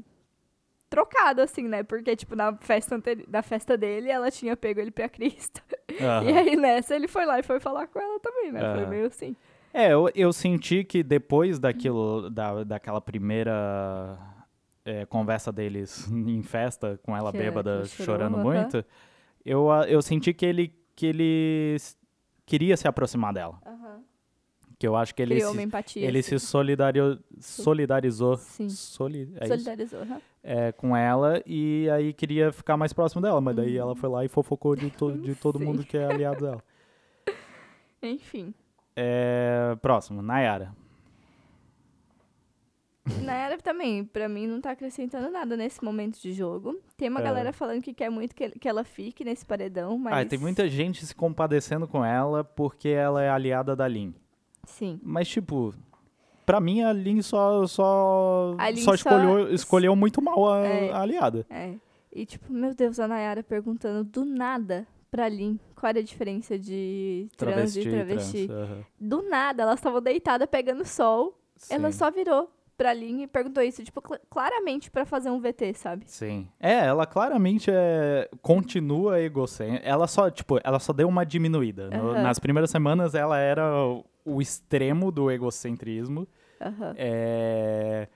Speaker 1: Trocado, assim, né? Porque, tipo, na festa, anteri- na festa dele, ela tinha pego ele pra Cristo.
Speaker 2: Aham.
Speaker 1: E aí, nessa, ele foi lá e foi falar com ela também, né? Foi
Speaker 2: Aham.
Speaker 1: meio assim.
Speaker 2: É, eu, eu senti que depois daquilo, da, daquela primeira é, conversa deles em festa, com ela
Speaker 1: Que- é, que
Speaker 2: bêbada
Speaker 1: ele chorou,
Speaker 2: chorando
Speaker 1: aham.
Speaker 2: muito, eu, a- eu senti que ele, que ele s- queria se aproximar dela. Que eu acho que ele
Speaker 1: Criou uma
Speaker 2: se,
Speaker 1: empatia.
Speaker 2: ele
Speaker 1: assim.
Speaker 2: se solidario, solidarizou
Speaker 1: Sim.
Speaker 2: soli- é isso?
Speaker 1: Solidarizou, né?
Speaker 2: É, com ela e aí queria ficar mais próximo dela, mas daí ela foi lá e fofocou de, to- de todo
Speaker 1: Uhum. Sim.
Speaker 2: mundo que é aliado dela.
Speaker 1: Enfim.
Speaker 2: É, próximo, Nayara.
Speaker 1: Nayara também, pra mim, não tá acrescentando nada nesse momento de jogo. Tem uma
Speaker 2: É.
Speaker 1: galera falando que quer muito que, que ela fique nesse paredão, mas.
Speaker 2: Ah, tem muita gente se compadecendo com ela porque ela é aliada da Lin.
Speaker 1: Sim.
Speaker 2: Mas, tipo, pra mim a Lin só, só,
Speaker 1: A Lin
Speaker 2: só
Speaker 1: só-
Speaker 2: escolheu, escolheu muito mal a,
Speaker 1: É.
Speaker 2: a aliada.
Speaker 1: É. E tipo, meu Deus, a Nayara perguntando do nada pra Lin qual era a diferença de trans e travesti.
Speaker 2: trans, aham.
Speaker 1: Do nada, elas estavam deitadas pegando sol. Ela
Speaker 2: Sim,
Speaker 1: só virou pra Lin e perguntou isso, tipo, cl- claramente pra fazer um VT, sabe?
Speaker 2: Sim. É, ela claramente é, continua egocêntrica. Ela só, tipo, ela só deu uma diminuída. No-
Speaker 1: Aham.
Speaker 2: nas primeiras semanas ela era o- o extremo do egocentrismo.
Speaker 1: Aham.
Speaker 2: É.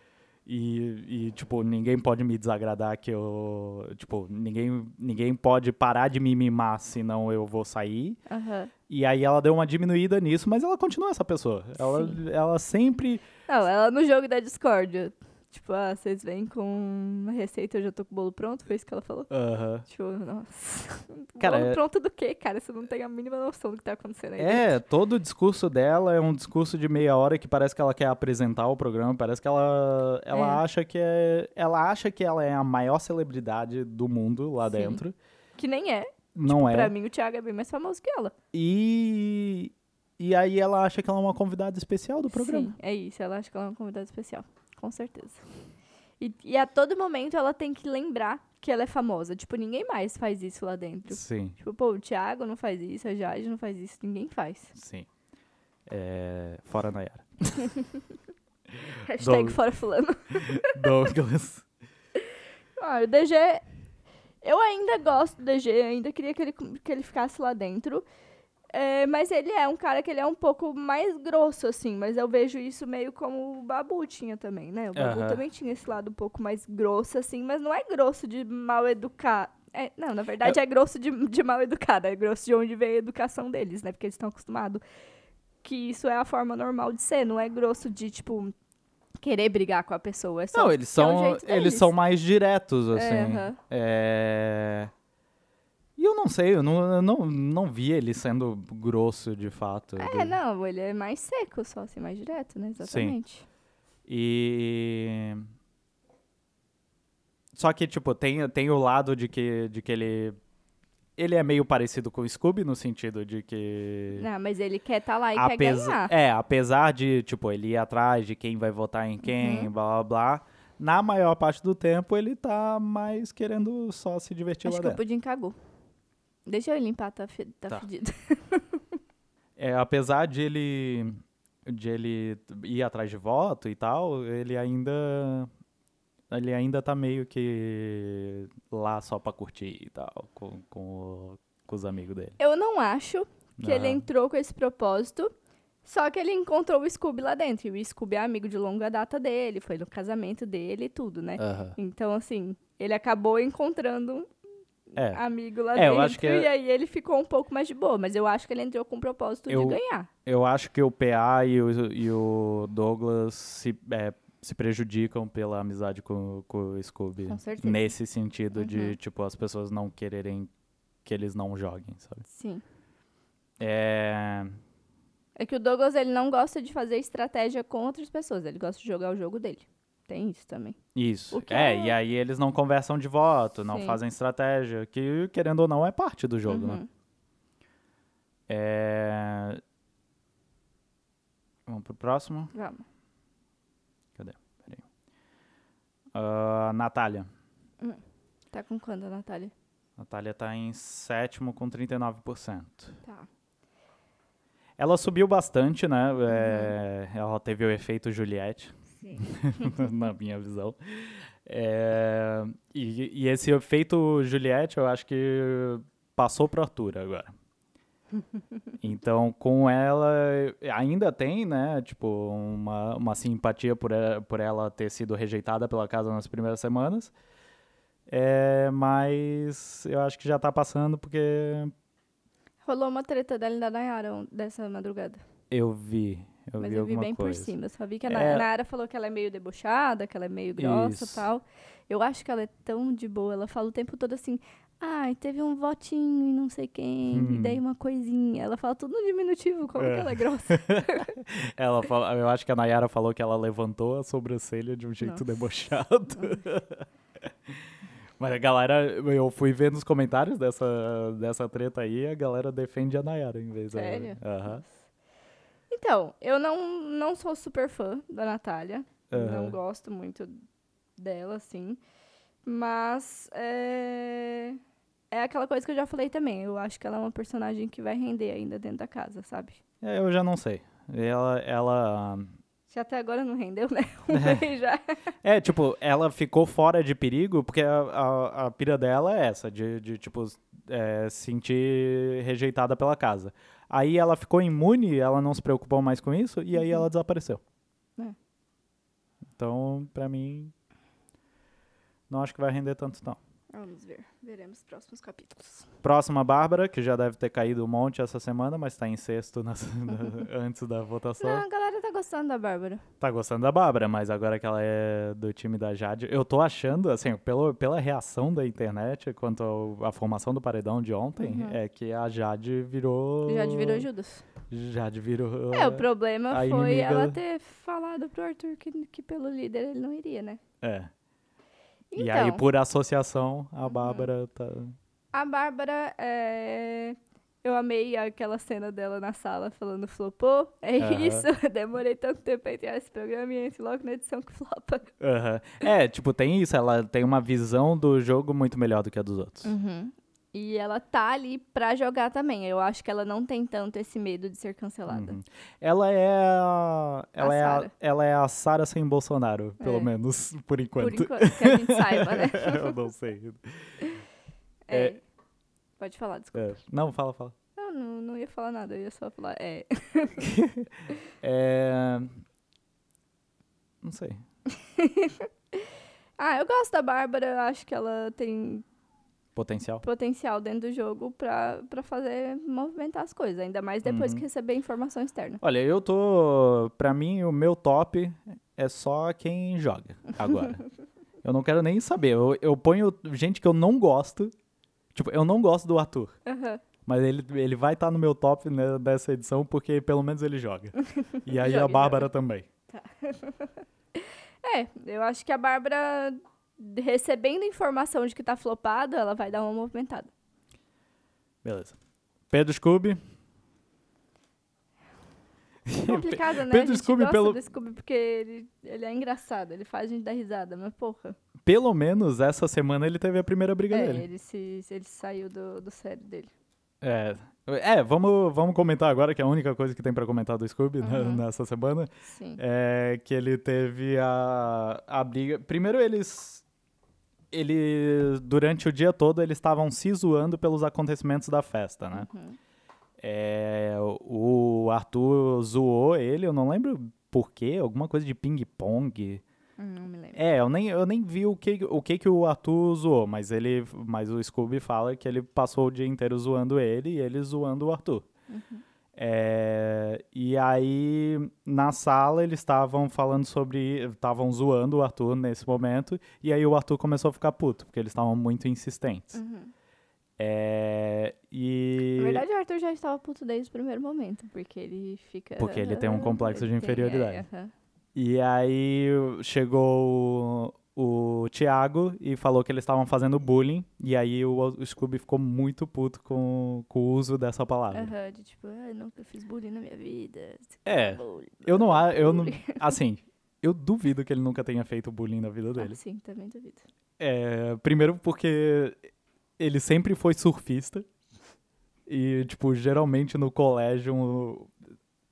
Speaker 2: E, e, tipo, ninguém pode me desagradar que eu. Tipo, ninguém, ninguém pode parar de me mimar, senão eu vou sair.
Speaker 1: Aham.
Speaker 2: E aí ela deu uma diminuída nisso, mas ela continua essa pessoa.
Speaker 1: Sim.
Speaker 2: Ela, ela sempre.
Speaker 1: Não, ela no jogo da Discord. Tipo, ah, vocês vêm com uma receita, eu já tô com o bolo pronto, foi isso que ela falou.
Speaker 2: Aham.
Speaker 1: Tipo, nossa.
Speaker 2: Cara,
Speaker 1: bolo
Speaker 2: é-
Speaker 1: pronto do quê, cara? Você não tem a mínima noção do que tá acontecendo aí.
Speaker 2: É, todo o discurso dela é um discurso de meia hora que parece que ela quer apresentar o programa, parece que ela, ela
Speaker 1: É.
Speaker 2: acha que é, ela acha que ela é a maior celebridade do mundo lá
Speaker 1: Sim.
Speaker 2: dentro.
Speaker 1: Que nem é.
Speaker 2: Não é.
Speaker 1: Pra mim, o Thiago é bem mais famoso que ela.
Speaker 2: E, e aí ela acha que ela é uma convidada especial do programa.
Speaker 1: Sim, é isso. Ela acha que ela é uma convidada especial. Com certeza. E, e a todo momento ela tem que lembrar que ela é famosa. Tipo, ninguém mais faz isso lá dentro.
Speaker 2: Sim,
Speaker 1: Tipo, pô, o Thiago não faz isso, a Jade não faz isso, ninguém faz.
Speaker 2: sim. É, fora Nayara.
Speaker 1: Hashtag
Speaker 2: Doug.
Speaker 1: fora fulano.
Speaker 2: Douglas.
Speaker 1: Ah, o DG. Eu ainda gosto do DG, ainda queria que ele, que ele ficasse lá dentro. É, mas ele é um cara que ele é um pouco mais grosso, assim. Mas eu vejo isso meio como o Babu tinha também, né? O Babu
Speaker 2: Aham.
Speaker 1: também tinha esse lado um pouco mais grosso, assim. Mas não é grosso de mal educar. É, não, na verdade é grosso de, de mal educado. É grosso de onde veio a educação deles, né? Porque eles estão acostumados que isso é a forma normal de ser. Não é grosso de, tipo, querer brigar com a pessoa. É só
Speaker 2: Não, eles
Speaker 1: é o
Speaker 2: são,
Speaker 1: jeito
Speaker 2: eles
Speaker 1: deles.
Speaker 2: são mais diretos,
Speaker 1: É,
Speaker 2: assim.
Speaker 1: aham.
Speaker 2: É, E eu não sei, eu não, eu não, não vi ele sendo grosso de fato.
Speaker 1: É, não, ele é mais seco, só assim, mais direto, né? Exatamente.
Speaker 2: E. Só que, tipo, tem, tem o lado de que, de que ele. Ele é meio parecido com o Scooby no sentido de que.
Speaker 1: Não, mas ele quer estar lá e quer
Speaker 2: apesa-
Speaker 1: ganhar.
Speaker 2: É, apesar de, tipo, ele ir atrás de quem vai votar em quem,
Speaker 1: Uhum.
Speaker 2: blá blá blá. Na maior parte do tempo ele tá mais querendo só se divertir
Speaker 1: Acho
Speaker 2: lá
Speaker 1: que o
Speaker 2: dentro.
Speaker 1: pudim cagou. Deixa eu limpar, tá, fe... tá,
Speaker 2: Tá.
Speaker 1: fedido.
Speaker 2: É, apesar de ele de ele ir atrás de voto e tal, ele ainda ele ainda tá meio que lá só pra curtir e tal com, com, o- com os amigos dele.
Speaker 1: Eu não acho que ele
Speaker 2: Aham.
Speaker 1: entrou com esse propósito. Só que ele encontrou o Scooby lá dentro. E o Scooby é amigo de longa data dele, foi no casamento dele e tudo, né?
Speaker 2: Aham.
Speaker 1: Então, assim, ele acabou encontrando um
Speaker 2: É.
Speaker 1: amigo lá
Speaker 2: É, eu
Speaker 1: dentro.
Speaker 2: acho que é-
Speaker 1: E aí ele ficou um pouco mais de boa. Mas eu acho que ele entrou com o propósito
Speaker 2: Eu-
Speaker 1: de ganhar.
Speaker 2: Eu acho que o PA e o, e o Douglas se, é, se prejudicam pela amizade com, com o Scooby.
Speaker 1: Com certeza. Uhum.
Speaker 2: Nesse sentido de, tipo, as pessoas não quererem que eles não joguem, sabe?
Speaker 1: Sim.
Speaker 2: É...
Speaker 1: É que o Douglas, ele não gosta de fazer estratégia com outras pessoas. Ele gosta de jogar o jogo dele. Tem isso também.
Speaker 2: Isso.
Speaker 1: O que
Speaker 2: É,
Speaker 1: é-
Speaker 2: e aí eles não conversam de voto, não
Speaker 1: Sim.
Speaker 2: fazem estratégia, que, querendo ou não, é parte do jogo, né?
Speaker 1: Uhum.
Speaker 2: É... Vamos pro próximo.
Speaker 1: Vamos.
Speaker 2: Ah, Natália.
Speaker 1: Tá com quanto, Natália?
Speaker 2: Natália tá em sétimo com 39%.
Speaker 1: Tá.
Speaker 2: Ela subiu bastante, né? É, Ela teve o efeito Juliette,
Speaker 1: Uhum. Sim.
Speaker 2: na minha visão. É, E, e esse efeito Juliette, eu acho que passou pro Arthur agora. Então, com ela, ainda tem, né? Tipo, uma, uma simpatia por ela, por ela ter sido rejeitada pela casa nas primeiras semanas. É, mas eu acho que já tá passando, porque
Speaker 1: Rolou uma treta dela e da Nayara on- dessa madrugada.
Speaker 2: eu vi. Eu
Speaker 1: mas
Speaker 2: vi
Speaker 1: eu vi
Speaker 2: alguma
Speaker 1: bem
Speaker 2: coisa.
Speaker 1: por cima. Eu só vi que a
Speaker 2: É.
Speaker 1: Na- a Nayara falou que ela é meio debochada, que ela é meio grossa e
Speaker 2: Isso.
Speaker 1: tal. Eu acho que ela é tão de boa. Ela fala o tempo todo assim. Ai, teve um votinho e não sei quem,
Speaker 2: Hum.
Speaker 1: e daí uma coisinha. Ela fala tudo no diminutivo, como
Speaker 2: É.
Speaker 1: que ela é grossa.
Speaker 2: Ela fala- eu acho que a Nayara falou que ela levantou a sobrancelha de um jeito
Speaker 1: Nossa.
Speaker 2: debochado. Mas a galera, eu fui ver nos comentários dessa, dessa treta aí, a galera defende a Nayara em vez da-
Speaker 1: Sério?
Speaker 2: Aham.
Speaker 1: Então, eu não, não sou super fã da Natália. Não
Speaker 2: Aham.
Speaker 1: gosto muito dela, assim. Mas é... é aquela coisa que eu já falei também. Eu acho que ela é uma personagem que vai render ainda dentro da casa, sabe?
Speaker 2: É, Eu já não sei. Ela, ela.
Speaker 1: Se até agora não rendeu, né? Um mês já.
Speaker 2: É, tipo, ela ficou fora de perigo, porque a, a, a pira dela é essa, de, de tipo, é, se sentir rejeitada pela casa. Aí ela ficou imune, ela não se preocupou mais com isso, e aí ela desapareceu.
Speaker 1: Uhum. É.
Speaker 2: Então, pra mim, não acho que vai render tanto, não.
Speaker 1: Vamos ver. Veremos os próximos capítulos.
Speaker 2: Próxima, Bárbara, que já deve ter caído um monte essa semana, mas tá em sexto nas- na- antes da votação.
Speaker 1: Não, a galera tá gostando da Bárbara.
Speaker 2: Tá gostando da Bárbara, mas agora que ela é do time da Jade, eu tô achando, assim, pelo, pela reação da internet quanto ao- à formação do paredão de ontem,
Speaker 1: Uhum.
Speaker 2: é que a Jade virou.
Speaker 1: Já virou Judas.
Speaker 2: Jade virou.
Speaker 1: É, o problema
Speaker 2: a
Speaker 1: foi
Speaker 2: inimiga-
Speaker 1: ela ter falado pro Arthur que, que pelo líder ele não iria, né?
Speaker 2: É.
Speaker 1: Então, Uhum.
Speaker 2: E aí, por associação, a Bárbara tá.
Speaker 1: a Bárbara, é... eu amei aquela cena dela na sala falando flopou, é
Speaker 2: Aham.
Speaker 1: isso, demorei tanto tempo pra entrar nesse programa e entro logo na edição que flopa.
Speaker 2: Aham. É, tipo, tem isso, ela tem uma visão do jogo muito melhor do que a dos outros.
Speaker 1: Uhum. E ela tá ali pra jogar também. Eu acho que ela não tem tanto esse medo de ser cancelada.
Speaker 2: Uhum. Ela é a. Ela é a,
Speaker 1: Sara.
Speaker 2: ela é a Sara sem Bolsonaro, pelo
Speaker 1: É.
Speaker 2: menos, por enquanto.
Speaker 1: Por enquanto, que a gente saiba, né?
Speaker 2: Eu não sei.
Speaker 1: É.
Speaker 2: É.
Speaker 1: Pode falar, desculpa.
Speaker 2: É. Não, fala, fala.
Speaker 1: Eu não, não ia falar nada, eu ia só falar. É.
Speaker 2: É... Não sei.
Speaker 1: Ah, eu gosto da Bárbara, eu acho que ela tem
Speaker 2: Potencial?
Speaker 1: potencial dentro do jogo pra, pra fazer movimentar as coisas, ainda mais depois
Speaker 2: Uhum.
Speaker 1: que receber informação externa.
Speaker 2: Olha, eu tô. Pra mim, o meu top é só quem joga agora. eu não quero nem saber. Eu, eu ponho gente que eu não gosto. Tipo, eu não gosto do Arthur.
Speaker 1: Aham.
Speaker 2: Mas ele, ele vai estar no meu top né, dessa edição porque pelo menos ele joga. E aí
Speaker 1: Joga,
Speaker 2: a Bárbara também.
Speaker 1: É, eu acho que a Bárbara recebendo informação de que tá flopado, ela vai dar uma movimentada.
Speaker 2: Beleza. Pedro Scooby.
Speaker 1: Complicado, né?
Speaker 2: Pedro
Speaker 1: a gente
Speaker 2: Scooby
Speaker 1: gosta
Speaker 2: pelo-
Speaker 1: do Scooby porque ele, ele é engraçado, ele faz a gente dar risada, mas porra.
Speaker 2: Pelo menos essa semana ele teve a primeira briga
Speaker 1: É,
Speaker 2: dele.
Speaker 1: ele, se, ele saiu do, do sério dele.
Speaker 2: É. É, vamos, vamos comentar agora, que é a única coisa que tem pra comentar do Scooby né,
Speaker 1: Uhum.
Speaker 2: nessa semana.
Speaker 1: Sim.
Speaker 2: É que ele teve a, a briga. Primeiro, eles. Ele, durante o dia todo, eles estavam se zoando pelos acontecimentos da festa, né?
Speaker 1: Uhum.
Speaker 2: É, o Arthur zoou ele, eu não lembro por quê, alguma coisa de ping-pong.
Speaker 1: Hum, Não me lembro.
Speaker 2: É, eu nem, eu nem vi o que, o que que o Arthur zoou, mas ele, mas o Scooby fala que ele passou o dia inteiro zoando ele e ele zoando o Arthur.
Speaker 1: Uhum.
Speaker 2: É, e aí, na sala, eles estavam falando sobre. Estavam zoando o Arthur nesse momento. E aí, o Arthur começou a ficar puto, porque eles estavam muito insistentes.
Speaker 1: Uhum.
Speaker 2: É, e.
Speaker 1: Na verdade, o Arthur já estava puto desde o primeiro momento, porque ele fica.
Speaker 2: Porque ele tem um complexo de
Speaker 1: Ele tem, é,
Speaker 2: inferioridade.
Speaker 1: aham.
Speaker 2: E aí chegou o, o Thiago e falou que eles estavam fazendo bullying. E aí o, o Scooby ficou muito puto com, com o uso dessa palavra.
Speaker 1: Aham, de tipo, ah, eu nunca fiz bullying na minha vida.
Speaker 2: É,
Speaker 1: Bullying,
Speaker 2: Eu não a- eu não,
Speaker 1: bullying.
Speaker 2: assim, eu duvido que ele nunca tenha feito bullying na vida dele.
Speaker 1: Ah, sim, também duvido.
Speaker 2: É, primeiro porque ele sempre foi surfista. E, tipo, geralmente no colégio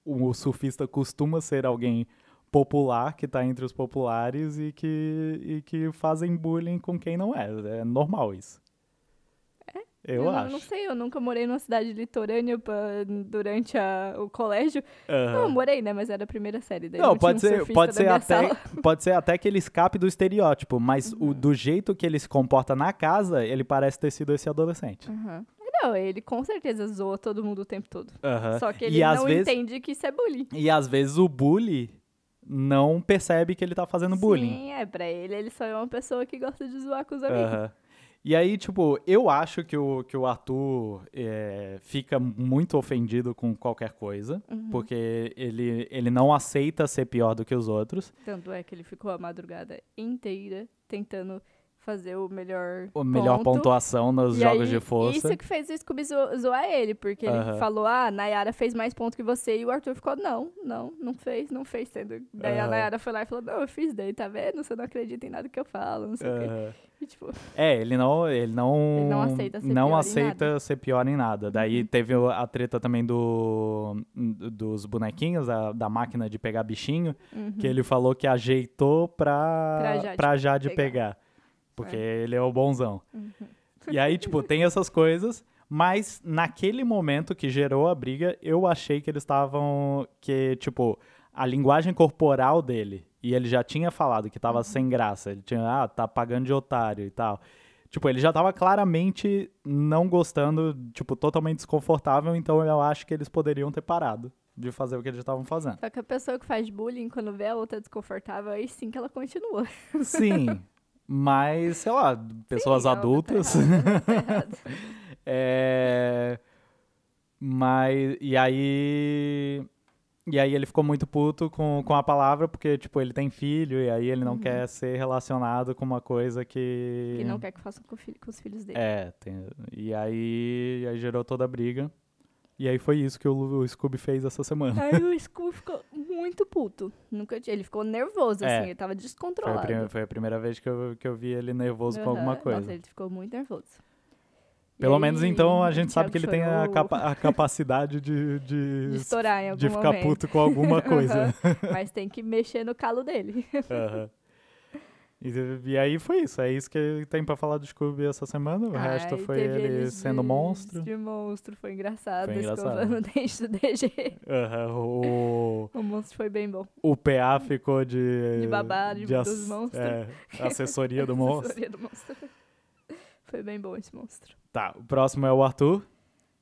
Speaker 2: o, o surfista costuma ser alguém popular, que tá entre os populares e que, e que fazem bullying com quem não é. É normal isso. Eu,
Speaker 1: não,
Speaker 2: acho.
Speaker 1: Não sei, É? eu nunca morei numa cidade litorânea pra- durante a- o colégio. Não, eu
Speaker 2: Aham.
Speaker 1: morei, né? Mas era a primeira série. Daí
Speaker 2: Ah. Não,
Speaker 1: não tinha
Speaker 2: pode
Speaker 1: um
Speaker 2: ser,
Speaker 1: surfista
Speaker 2: pode
Speaker 1: na
Speaker 2: ser
Speaker 1: minha
Speaker 2: até,
Speaker 1: sala. Uhum.
Speaker 2: pode ser até que ele escape do estereótipo, mas o, do jeito que ele se comporta na casa, ele parece ter sido esse adolescente.
Speaker 1: Aham. Não, ele com certeza zoa todo mundo o tempo todo.
Speaker 2: Aham.
Speaker 1: Só que
Speaker 2: Ah. E
Speaker 1: ele
Speaker 2: às
Speaker 1: não
Speaker 2: vezes-
Speaker 1: entende que isso é bullying.
Speaker 2: E às vezes o bully não percebe que ele tá fazendo bullying.
Speaker 1: Sim, é, pra ele, ele só é uma pessoa que gosta de zoar com os amigos.
Speaker 2: Aham. E aí, tipo, eu acho que o, que o Arthur é, fica muito ofendido com qualquer coisa,
Speaker 1: Uhum.
Speaker 2: porque ele, ele não aceita ser pior do que os outros.
Speaker 1: Tanto é que ele ficou a madrugada inteira tentando fazer o melhor
Speaker 2: A melhor pontuação nos
Speaker 1: E
Speaker 2: jogos
Speaker 1: aí,
Speaker 2: de força.
Speaker 1: Isso é que fez o Scooby zo- zoar ele, porque
Speaker 2: Aham.
Speaker 1: ele falou: ah, a Nayara fez mais ponto que você, e o Arthur ficou: não, não, não fez, não fez. Sendo... Daí a
Speaker 2: Aham.
Speaker 1: Nayara foi lá e falou: não, eu fiz, daí tá vendo? Você não acredita em nada que eu falo, não sei o quê.
Speaker 2: Aham.
Speaker 1: E, tipo,
Speaker 2: É, ele não, ele não,
Speaker 1: Ele não aceita ser
Speaker 2: não
Speaker 1: pior em
Speaker 2: aceita
Speaker 1: nada. Uhum.
Speaker 2: ser pior em nada. Daí teve o- a treta também do, dos bonequinhos, da, da máquina de pegar bichinho,
Speaker 1: uhum.
Speaker 2: que ele falou que ajeitou pra,
Speaker 1: Pra Jade
Speaker 2: pra Jade pegar.
Speaker 1: pegar.
Speaker 2: porque ele é o bonzão. E aí, tipo, tem essas coisas, mas naquele momento que gerou a briga, eu achei que eles estavam, que, tipo, a linguagem corporal dele, e ele já tinha falado que tava sem graça, ele tinha, ah, tá pagando de otário e tal. Tipo, ele já tava claramente não gostando, tipo, totalmente desconfortável, então eu acho que eles poderiam ter parado de fazer o que eles estavam fazendo.
Speaker 1: só que a pessoa que faz bullying, quando vê a outra desconfortável, aí sim que ela continua.
Speaker 2: Sim, mas, sei lá, pessoas
Speaker 1: Sim, ela tá
Speaker 2: adultas.
Speaker 1: errada, tá errada.
Speaker 2: É... Mas. E aí. E aí ele ficou muito puto com, com a palavra, porque, tipo, ele tem filho, e aí ele não quer ser relacionado com uma coisa que.
Speaker 1: E não quer Uhum. que façam com, o filho- com os filhos dele.
Speaker 2: É, tem- e aí, e aí gerou toda a briga. E aí foi isso que o, Lu- o Scooby fez essa semana.
Speaker 1: Aí o Scooby ficou muito puto. Nunca tinha. Ele ficou nervoso,
Speaker 2: É.
Speaker 1: assim, ele tava
Speaker 2: Foi a,
Speaker 1: descontrolado.
Speaker 2: prim- foi a primeira vez que eu, que eu vi ele nervoso com alguma
Speaker 1: Aham.
Speaker 2: coisa.
Speaker 1: Nossa, ele ficou muito nervoso. E
Speaker 2: Pelo
Speaker 1: aí,
Speaker 2: menos então a
Speaker 1: o
Speaker 2: gente sabe que ele
Speaker 1: Thiago
Speaker 2: tem a,
Speaker 1: chorou
Speaker 2: capa- a capacidade de, de,
Speaker 1: de estourar em algum
Speaker 2: de ficar
Speaker 1: momento.
Speaker 2: puto com alguma coisa.
Speaker 1: Aham. Mas tem que mexer no calo dele.
Speaker 2: Aham. E, e aí foi isso. É isso que tem pra falar do Scooby essa semana. O resto
Speaker 1: Ai,
Speaker 2: foi
Speaker 1: teve
Speaker 2: ele
Speaker 1: eles
Speaker 2: sendo
Speaker 1: de-
Speaker 2: monstro.
Speaker 1: De monstro, foi engraçado.
Speaker 2: Foi engraçado.
Speaker 1: Escovando o dente do DG.
Speaker 2: Aham, o,
Speaker 1: O monstro foi bem bom.
Speaker 2: o PA ficou de.
Speaker 1: De babá, de-
Speaker 2: ass-
Speaker 1: dos monstros.
Speaker 2: é, assessoria do monstro.
Speaker 1: Assessoria do monstro. Foi bem bom esse monstro.
Speaker 2: Tá, o próximo é o Arthur,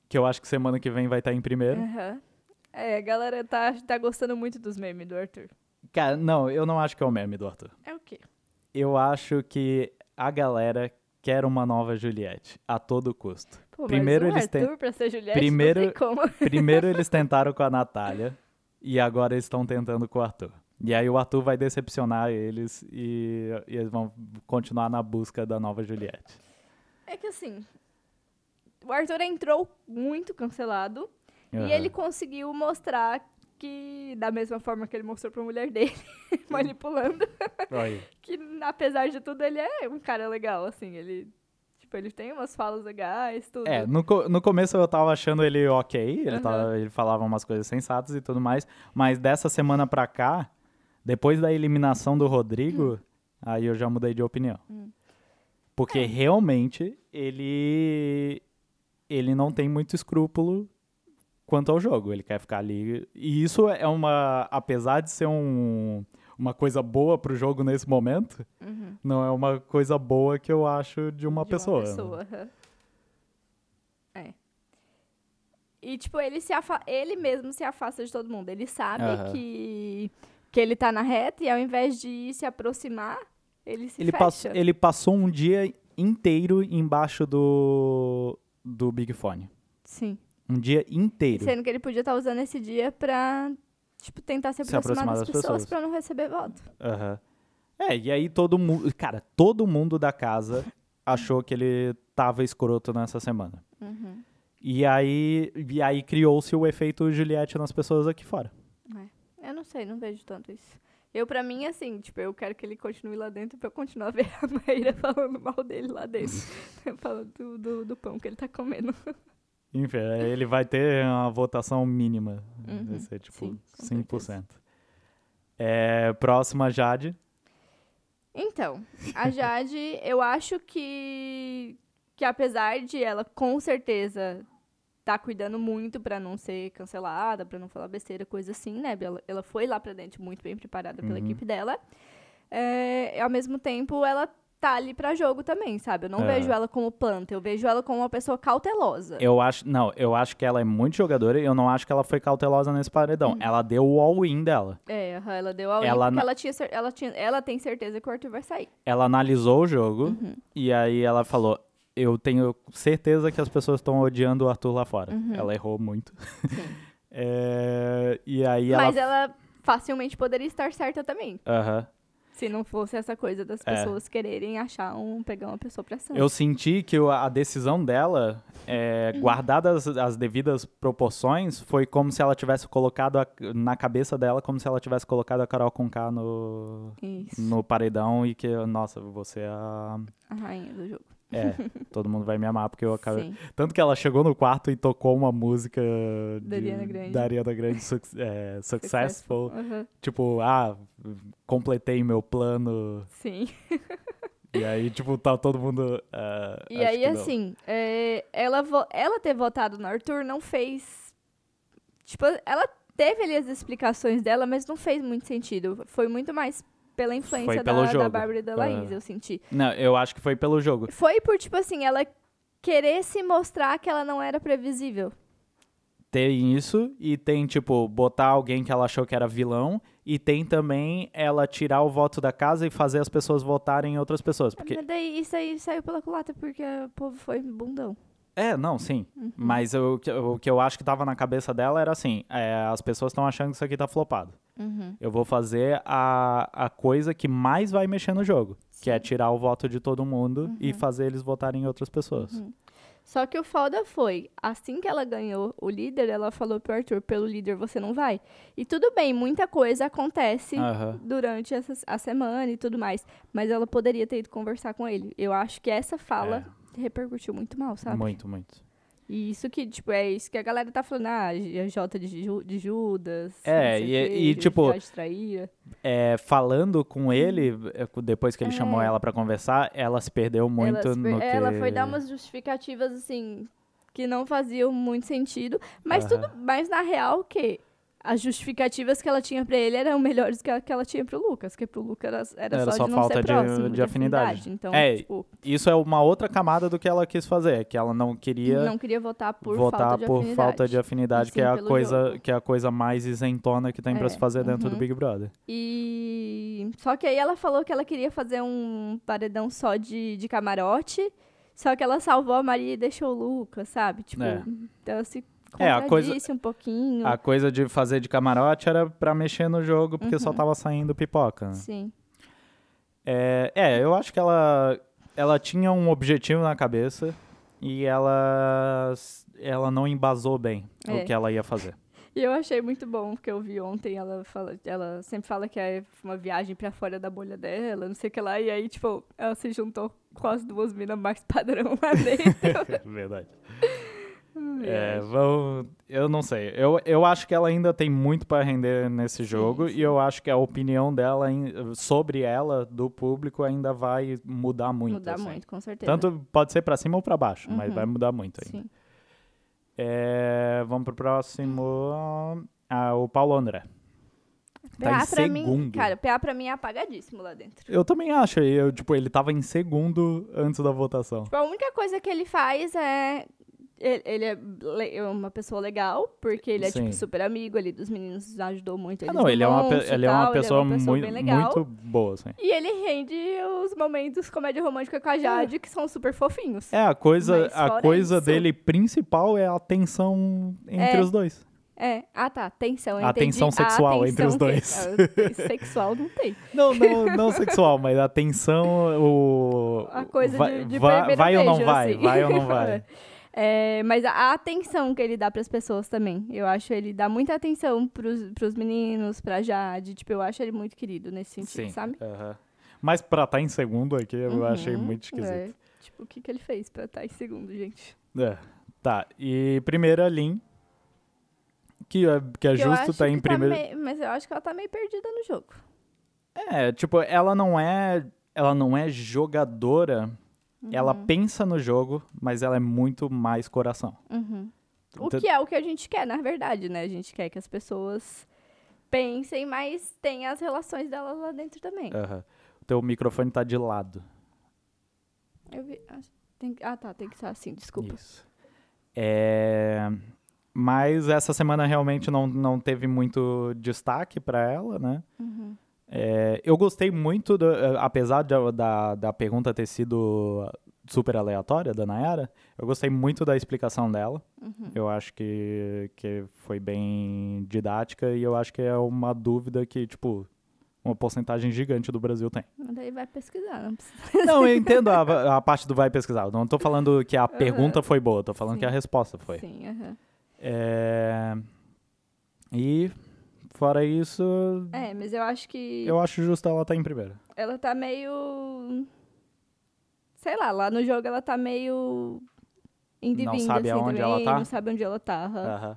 Speaker 2: que eu acho que semana que vem vai estar em primeiro.
Speaker 1: Aham. É, a galera tá, tá gostando muito dos memes do Arthur.
Speaker 2: Cara, não, eu não acho que é o meme do Arthur.
Speaker 1: É o quê?
Speaker 2: Eu acho que a galera quer uma nova Juliette, a todo custo.
Speaker 1: Pô, mas
Speaker 2: Primeiro
Speaker 1: um
Speaker 2: eles têm-
Speaker 1: Arthur pra ser Juliette,
Speaker 2: Primeiro-
Speaker 1: não tem como.
Speaker 2: Primeiro eles tentaram com a Natália, e agora eles estão tentando com o Arthur. E aí o Arthur vai decepcionar eles e, e eles vão continuar na busca da nova Juliette.
Speaker 1: É que assim, o Arthur entrou muito cancelado
Speaker 2: Aham.
Speaker 1: e ele conseguiu mostrar que, da mesma forma que ele mostrou pra mulher dele, manipulando,
Speaker 2: Olha.
Speaker 1: que apesar de tudo ele é um cara legal, assim, ele... Tipo, ele tem umas falas legais, tudo.
Speaker 2: É, no, co- no começo eu tava achando ele ok, ele,
Speaker 1: Aham.
Speaker 2: tava- ele falava umas coisas sensatas e tudo mais, mas dessa semana pra cá, depois da eliminação do Rodrigo,
Speaker 1: Hum.
Speaker 2: aí eu já mudei de opinião. Porque
Speaker 1: É.
Speaker 2: realmente ele ele não tem muito escrúpulo quanto ao jogo, ele quer ficar ali. E isso é uma, apesar de ser um, uma coisa boa pro jogo nesse momento,
Speaker 1: Uhum.
Speaker 2: não é uma coisa boa que eu acho de uma
Speaker 1: de
Speaker 2: pessoa. né?
Speaker 1: pessoa, aham. É. E, tipo, ele, se afa- ele mesmo se afasta de todo mundo. Ele sabe
Speaker 2: Aham.
Speaker 1: que... que ele tá na reta e ao invés de ir se aproximar, ele se
Speaker 2: ele,
Speaker 1: fecha.
Speaker 2: pass- ele passou um dia inteiro embaixo do, do Big Fone.
Speaker 1: Sim.
Speaker 2: Um dia inteiro.
Speaker 1: Sendo que ele podia estar usando esse dia pra, tipo, tentar se
Speaker 2: Se
Speaker 1: aproximar,
Speaker 2: aproximar
Speaker 1: das,
Speaker 2: das
Speaker 1: pessoas,
Speaker 2: pessoas.
Speaker 1: pra não receber voto.
Speaker 2: Aham. É, e aí todo mundo. Cara, todo mundo da casa achou que ele tava escroto nessa semana. E aí, e aí criou-se o efeito Juliette nas pessoas aqui fora.
Speaker 1: Eu não sei, não vejo tanto isso. Eu, pra mim, assim, tipo, eu quero que ele continue lá dentro pra eu continuar a ver a Maíra falando mal dele lá dentro. falando do, do, do pão que ele tá comendo.
Speaker 2: Enfim, é, ele vai ter uma votação mínima.
Speaker 1: Uhum,
Speaker 2: Vai ser tipo
Speaker 1: sim, com
Speaker 2: 5%. É, próxima, Jade.
Speaker 1: Então, a Jade, eu acho que, que apesar de ela com certeza tá cuidando muito pra não ser cancelada, pra não falar besteira, coisa assim, né? Ela, ela foi lá pra dentro muito bem preparada pela
Speaker 2: Uhum.
Speaker 1: equipe dela. É, ao mesmo tempo, ela tá ali pra jogo também, sabe? Eu não
Speaker 2: É.
Speaker 1: vejo ela como planta, eu vejo ela como uma pessoa cautelosa.
Speaker 2: Eu acho, não, eu acho que ela é muito jogadora e eu não acho que ela foi cautelosa nesse paredão. Ela deu o all-in dela.
Speaker 1: É, aham, ela deu a
Speaker 2: Ela
Speaker 1: ela,
Speaker 2: na-
Speaker 1: ela, tinha, cer- ela, tinha, ela tem certeza que o Arthur vai sair.
Speaker 2: Ela analisou o jogo e aí ela falou: Eu tenho certeza que as pessoas estão odiando o Arthur lá fora. Ela errou muito. É, e aí ela.
Speaker 1: Mas ela facilmente poderia estar certa também.
Speaker 2: Aham.
Speaker 1: Se não fosse essa coisa das
Speaker 2: É.
Speaker 1: pessoas quererem achar um, pegar uma pessoa pra sangue.
Speaker 2: Eu senti que o- a decisão dela, é, guardadas as devidas proporções, foi como se ela tivesse colocado a- na cabeça dela, como se ela tivesse colocado a Carol Conká no,
Speaker 1: Isso,
Speaker 2: no paredão e que, nossa, você é a
Speaker 1: a rainha do jogo.
Speaker 2: É, todo mundo vai me amar porque eu acabei.
Speaker 1: Sim.
Speaker 2: Tanto que ela chegou no quarto e tocou uma música
Speaker 1: Da
Speaker 2: de-
Speaker 1: Ariana Grande.
Speaker 2: da Ariana Grande, suc- é, successful.
Speaker 1: Aham,
Speaker 2: Tipo, ah, completei meu plano.
Speaker 1: Sim.
Speaker 2: E aí, tipo, tá todo mundo. ah,
Speaker 1: E
Speaker 2: acho
Speaker 1: aí,
Speaker 2: que não.
Speaker 1: assim, é, ela, vo- ela ter votado no Arthur não fez. Tipo, ela teve ali as explicações dela, mas não fez muito sentido. Foi muito mais pela influência
Speaker 2: pelo
Speaker 1: da, da
Speaker 2: jogo.
Speaker 1: Bárbara e da Laís,
Speaker 2: Ah.
Speaker 1: eu senti.
Speaker 2: Não, eu acho que foi pelo jogo.
Speaker 1: Foi por, tipo assim, ela querer se mostrar que ela não era previsível.
Speaker 2: Tem isso, e tem, tipo, botar alguém que ela achou que era vilão, e tem também ela tirar o voto da casa e fazer as pessoas votarem em outras pessoas. Porque
Speaker 1: Mas daí isso aí saiu pela culata, porque o povo foi bundão.
Speaker 2: É, não, sim.
Speaker 1: Uhum.
Speaker 2: Mas eu- o que- o que eu acho que tava na cabeça dela era assim: é, as pessoas estão achando que isso aqui tá flopado. Eu vou fazer a, a coisa que mais vai mexer no jogo, que é tirar o voto de todo mundo e
Speaker 1: Uhum.
Speaker 2: fazer eles votarem em outras pessoas.
Speaker 1: Só que o foda foi, assim que ela ganhou o líder, ela falou pro Arthur, pelo líder você não vai. E tudo bem, muita coisa acontece
Speaker 2: Aham.
Speaker 1: durante essa, a semana e tudo mais. Mas ela poderia ter ido conversar com ele. Eu acho que essa fala repercutiu muito mal, sabe?
Speaker 2: É, Muito, muito.
Speaker 1: E isso que, tipo, é isso que a galera tá falando, ah, a Jota de, Ju- de Judas.
Speaker 2: É,
Speaker 1: não sei o
Speaker 2: e-
Speaker 1: quê,
Speaker 2: e,
Speaker 1: de
Speaker 2: tipo,
Speaker 1: Jade traíra.
Speaker 2: É, falando com ele, é, depois que ele
Speaker 1: Uhum. É.
Speaker 2: chamou ela pra conversar, ela se perdeu muito
Speaker 1: ela, se per- é,
Speaker 2: no que...
Speaker 1: ela foi dar umas justificativas assim que não faziam muito sentido, mas
Speaker 2: Aham.
Speaker 1: tudo, mas na real que as justificativas que ela tinha pra ele eram melhores que a que ela tinha pro Lucas, que pro Lucas era, era,
Speaker 2: Era
Speaker 1: só,
Speaker 2: só
Speaker 1: de não
Speaker 2: falta
Speaker 1: ser
Speaker 2: de-
Speaker 1: próximo,
Speaker 2: de afinidade.
Speaker 1: Então,
Speaker 2: É,
Speaker 1: tipo,
Speaker 2: Isso é uma outra camada do que ela quis fazer, que ela não queria...
Speaker 1: não queria votar por
Speaker 2: votar
Speaker 1: falta de
Speaker 2: por
Speaker 1: afinidade.
Speaker 2: falta de afinidade,
Speaker 1: E
Speaker 2: que
Speaker 1: sim
Speaker 2: é a
Speaker 1: pelo
Speaker 2: coisa
Speaker 1: jogo.
Speaker 2: que é a coisa mais isentona que tem pra
Speaker 1: É,
Speaker 2: se fazer dentro do
Speaker 1: uhum.
Speaker 2: Big Brother.
Speaker 1: E só que aí ela falou que ela queria fazer um paredão só de, de camarote, só que ela salvou a Maria e deixou o Lucas, sabe? Tipo,
Speaker 2: É.
Speaker 1: ela se
Speaker 2: É, a coisa-
Speaker 1: contradisse um pouquinho.
Speaker 2: A coisa de fazer de camarote era pra mexer no jogo, porque só tava saindo pipoca. né?
Speaker 1: Uhum. Sim.
Speaker 2: É, é, eu acho que ela, ela tinha um objetivo na cabeça e ela, ela não embasou bem
Speaker 1: É.
Speaker 2: o que ela ia fazer.
Speaker 1: E eu achei muito bom, porque eu vi ontem, ela, fala, ela sempre fala que é uma viagem pra fora da bolha dela, não sei o que lá, e aí, tipo, ela se juntou com as duas minas mais padrão lá dentro.
Speaker 2: Verdade. É, vamos, eu não sei. Eu, eu acho que ela ainda tem muito pra render nesse jogo e eu acho que a opinião dela em- sobre ela, do público, ainda vai mudar muito.
Speaker 1: Mudar
Speaker 2: assim.
Speaker 1: muito, com certeza.
Speaker 2: Tanto pode ser pra cima ou pra baixo, mas
Speaker 1: Uhum.
Speaker 2: vai mudar muito ainda.
Speaker 1: Sim.
Speaker 2: É, vamos pro próximo. Ah, o Paulo André. Tá
Speaker 1: PA
Speaker 2: em
Speaker 1: pra mim-
Speaker 2: segundo.
Speaker 1: cara, PA pra mim é apagadíssimo lá dentro.
Speaker 2: Eu também acho. e Eu, tipo, ele tava em segundo antes da votação.
Speaker 1: Tipo, a única coisa que ele faz é. Ele, ele é le- uma pessoa legal, porque ele é,
Speaker 2: Sim.
Speaker 1: tipo, super amigo ali dos meninos, ajudou muito
Speaker 2: Ah,
Speaker 1: eles.
Speaker 2: não,
Speaker 1: no
Speaker 2: ele é, uma, pe-
Speaker 1: monte e
Speaker 2: ele é uma
Speaker 1: tal,
Speaker 2: pessoa,
Speaker 1: bem
Speaker 2: muito,
Speaker 1: legal.
Speaker 2: muito boa, assim.
Speaker 1: E ele rende os momentos comédia romântica com a Jade, que são super fofinhos.
Speaker 2: É, a coisa,
Speaker 1: Mas
Speaker 2: a
Speaker 1: fora
Speaker 2: coisa
Speaker 1: isso-
Speaker 2: dele principal é a tensão entre
Speaker 1: É.
Speaker 2: os dois.
Speaker 1: É. Ah, tá. Tensão, eu
Speaker 2: A
Speaker 1: entendi.
Speaker 2: tensão sexual
Speaker 1: tensão
Speaker 2: entre os
Speaker 1: que-
Speaker 2: dois.
Speaker 1: Ah, sexual não tem.
Speaker 2: Não, não, não sexual, mas a tensão, o...
Speaker 1: A coisa
Speaker 2: vai,
Speaker 1: de, de
Speaker 2: vai-
Speaker 1: primeiro
Speaker 2: vai ou não
Speaker 1: beijo,
Speaker 2: vai,
Speaker 1: assim.
Speaker 2: vai ou não vai.
Speaker 1: É, mas a- a atenção que ele dá pras pessoas também. Eu acho ele dá muita atenção pros, pros meninos, pra Jade. Tipo, eu acho ele muito querido nesse sentido, sabe? Uhum.
Speaker 2: aham. Mas pra estar em segundo aqui, eu achei muito esquisito.
Speaker 1: É, tipo, o que, que ele fez pra estar em segundo, gente?
Speaker 2: É, Tá, e primeira Lin, que é, que é
Speaker 1: Porque eu
Speaker 2: justo
Speaker 1: acho
Speaker 2: tá em
Speaker 1: que
Speaker 2: primeiro...
Speaker 1: meio- mas eu acho que ela tá meio perdida no jogo.
Speaker 2: É, tipo, ela não é, ela não é jogadora, ela
Speaker 1: Uhum.
Speaker 2: pensa no jogo, mas ela é muito mais coração.
Speaker 1: Uhum. O
Speaker 2: Tá-
Speaker 1: que é o que a gente quer, na verdade, né? A gente quer que as pessoas pensem, mas tem as relações delas lá dentro também.
Speaker 2: Aham. O teu microfone tá de lado.
Speaker 1: Eu vi- ah, tem que- ah, tá, tem que estar assim, desculpa.
Speaker 2: Isso. É, Mas essa semana realmente não, não teve muito destaque pra ela, né?
Speaker 1: Uhum.
Speaker 2: É, eu gostei muito, do- eh, apesar da, da, da pergunta ter sido super aleatória da Nayara, eu gostei muito da explicação dela. Eu acho que, que foi bem didática e eu acho que é uma dúvida que, tipo, uma porcentagem gigante do Brasil tem.
Speaker 1: Mas Daí vai pesquisar, não precisa.
Speaker 2: Não, eu entendo a, a parte do vai pesquisar. Eu Não tô falando que a pergunta foi boa, eu tô falando
Speaker 1: Sim.
Speaker 2: que a resposta foi.
Speaker 1: Sim, assim, aham.
Speaker 2: É, E fora isso,
Speaker 1: É, mas eu acho que
Speaker 2: eu acho justo ela estar em primeiro.
Speaker 1: ela tá meio. Sei lá, lá no jogo ela tá meio. Indivindo,
Speaker 2: Não sabe
Speaker 1: assim,
Speaker 2: aonde
Speaker 1: também,
Speaker 2: ela tá? É.
Speaker 1: Não sabe onde ela tá. aham.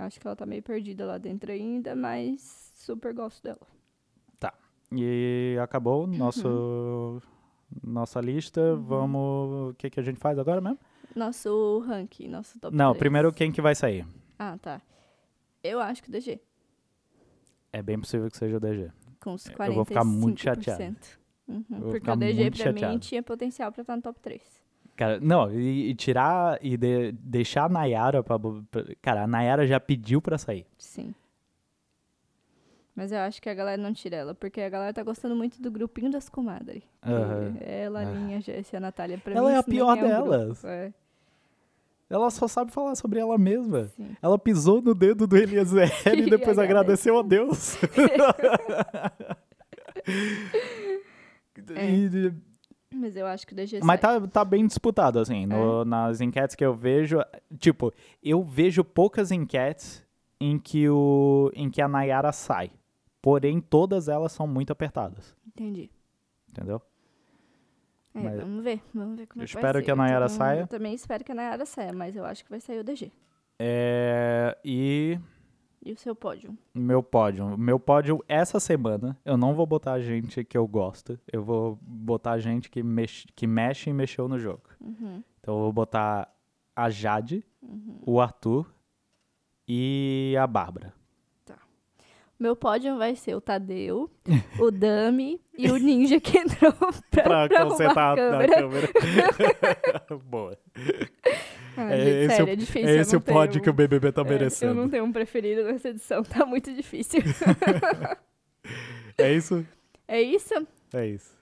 Speaker 1: Acho que ela tá meio perdida lá dentro ainda, mas super gosto dela.
Speaker 2: E acabou
Speaker 1: Uhum.
Speaker 2: nosso nossa lista. Vamos, o que que a gente faz agora mesmo?
Speaker 1: Nosso ranking, nosso top
Speaker 2: Não,
Speaker 1: três.
Speaker 2: primeiro quem que vai sair?
Speaker 1: Ah, tá. Eu acho que o DG.
Speaker 2: É bem possível que seja o DG.
Speaker 1: Com os 45%.
Speaker 2: Eu vou ficar muito chateado.
Speaker 1: Uhum,
Speaker 2: vou
Speaker 1: porque
Speaker 2: ficar
Speaker 1: o DG,
Speaker 2: muito
Speaker 1: pra mim,
Speaker 2: chateado.
Speaker 1: tinha potencial pra estar no top 3.
Speaker 2: Cara, não, e, e tirar e de- deixar a Nayara pra, pra- Cara, a Nayara já pediu pra sair.
Speaker 1: Sim. Mas eu acho que a galera não tira ela, porque a galera tá gostando muito do grupinho das comadres. Que
Speaker 2: Aham.
Speaker 1: Ela, a Linha, a Jéssica e a Natália. Pra
Speaker 2: Ela
Speaker 1: mim,
Speaker 2: é a
Speaker 1: isso nem
Speaker 2: pior
Speaker 1: um grupo,
Speaker 2: delas.
Speaker 1: é.
Speaker 2: Ela só sabe falar sobre ela mesma.
Speaker 1: Sim.
Speaker 2: Ela pisou no dedo do Eliezer e
Speaker 1: E
Speaker 2: depois
Speaker 1: agradece.
Speaker 2: agradeceu a Deus. E-
Speaker 1: Mas eu acho que o DG
Speaker 2: mas
Speaker 1: sai.
Speaker 2: tá, tá bem disputado, assim. no- Nas enquetes que eu vejo. Tipo, eu vejo poucas enquetes em que, o, em que a Nayara sai. Porém, todas elas são muito apertadas.
Speaker 1: Entendi.
Speaker 2: Entendeu?
Speaker 1: É,
Speaker 2: Mas-
Speaker 1: vamos ver. Vamos ver como
Speaker 2: Eu
Speaker 1: é que vai
Speaker 2: espero
Speaker 1: ser.
Speaker 2: que a Nayara
Speaker 1: também-
Speaker 2: saia.
Speaker 1: Eu também espero que a Nayara saia, mas eu acho que vai sair o DG.
Speaker 2: É, e
Speaker 1: E o seu pódio.
Speaker 2: meu pódio. Meu pódio essa semana, eu não vou botar gente que eu gosto. Eu vou botar gente que, mex, que mexe e mexeu no jogo.
Speaker 1: Uhum.
Speaker 2: Então eu vou botar a Jade, o Arthur e a Bárbara.
Speaker 1: Meu pódio vai ser o Tadeu, o Dami e o Ninja que entrou pra, pra, arrumar a câmera.
Speaker 2: Boa.
Speaker 1: Ah,
Speaker 2: É
Speaker 1: gente,
Speaker 2: esse
Speaker 1: sério,
Speaker 2: o-
Speaker 1: é difícil.
Speaker 2: é
Speaker 1: eu
Speaker 2: esse
Speaker 1: não
Speaker 2: o pódio
Speaker 1: tenho-
Speaker 2: que o BBB tá
Speaker 1: é,
Speaker 2: merecendo.
Speaker 1: eu não tenho um preferido nessa edição, tá muito difícil.
Speaker 2: É isso?
Speaker 1: é isso?
Speaker 2: É isso.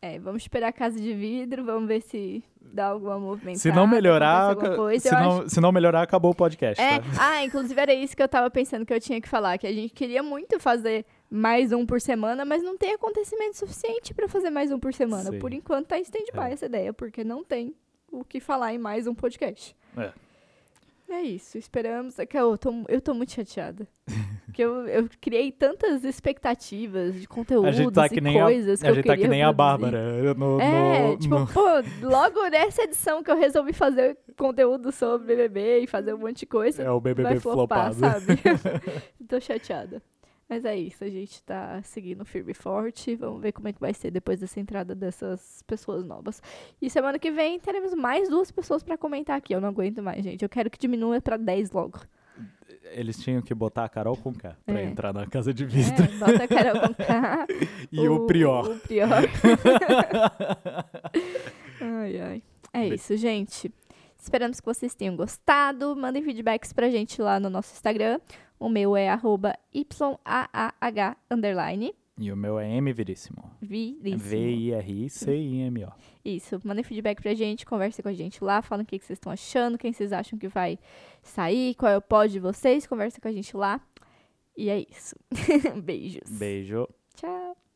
Speaker 1: É, vamos esperar a casa de vidro, vamos ver se dá alguma movimentação.
Speaker 2: Se não melhorar, se não,
Speaker 1: acho...
Speaker 2: se não melhorar, acabou o podcast.
Speaker 1: É,
Speaker 2: tá?
Speaker 1: ah, inclusive era isso que eu tava pensando que eu tinha que falar, que a gente queria muito fazer mais um por semana, mas não tem acontecimento suficiente pra fazer mais um por semana.
Speaker 2: Sim.
Speaker 1: Por enquanto tá em stand-by
Speaker 2: É.
Speaker 1: essa ideia, porque não tem o que falar em mais um podcast.
Speaker 2: É.
Speaker 1: É isso, esperamos. É que Eu tô, eu tô muito chateada. Porque eu, eu criei tantas expectativas de conteúdo
Speaker 2: A gente tá que
Speaker 1: e
Speaker 2: nem a, a
Speaker 1: coisas que eu
Speaker 2: gente tá que
Speaker 1: queria
Speaker 2: nem a
Speaker 1: produzir.
Speaker 2: Bárbara. no-
Speaker 1: É,
Speaker 2: no-
Speaker 1: tipo,
Speaker 2: no-
Speaker 1: pô, logo nessa edição que eu resolvi fazer conteúdo sobre BBB e fazer um monte de coisa,
Speaker 2: é o BBB
Speaker 1: vai flopar,
Speaker 2: flopado.
Speaker 1: sabe? Tô chateada. Mas é isso, a gente tá seguindo firme e forte. Vamos ver como é que vai ser depois dessa entrada dessas pessoas novas. E semana que vem teremos mais duas pessoas pra comentar aqui. Eu não aguento mais, gente. Eu quero que diminua pra 10 logo.
Speaker 2: Eles tinham que botar a Carol com K pra
Speaker 1: É.
Speaker 2: entrar na casa de
Speaker 1: É,
Speaker 2: vidro.
Speaker 1: bota a Carol com K.
Speaker 2: E o, Prior.
Speaker 1: O Prior. ai, ai. É
Speaker 2: Bem.
Speaker 1: isso, gente. Esperamos que vocês tenham gostado. Mandem feedbacks pra gente lá no nosso Instagram. O meu é arroba YAAH underline
Speaker 2: E o meu é M Viríssimo.
Speaker 1: viríssimo.
Speaker 2: V-I-R-I-C-I-M-O.
Speaker 1: Isso, mandem feedback pra gente, conversem com a gente lá, falem o que que vocês estão achando, quem vocês acham que vai sair, qual é o pod de vocês, conversem com a gente lá. E é isso. Beijos.
Speaker 2: Beijo.
Speaker 1: Tchau.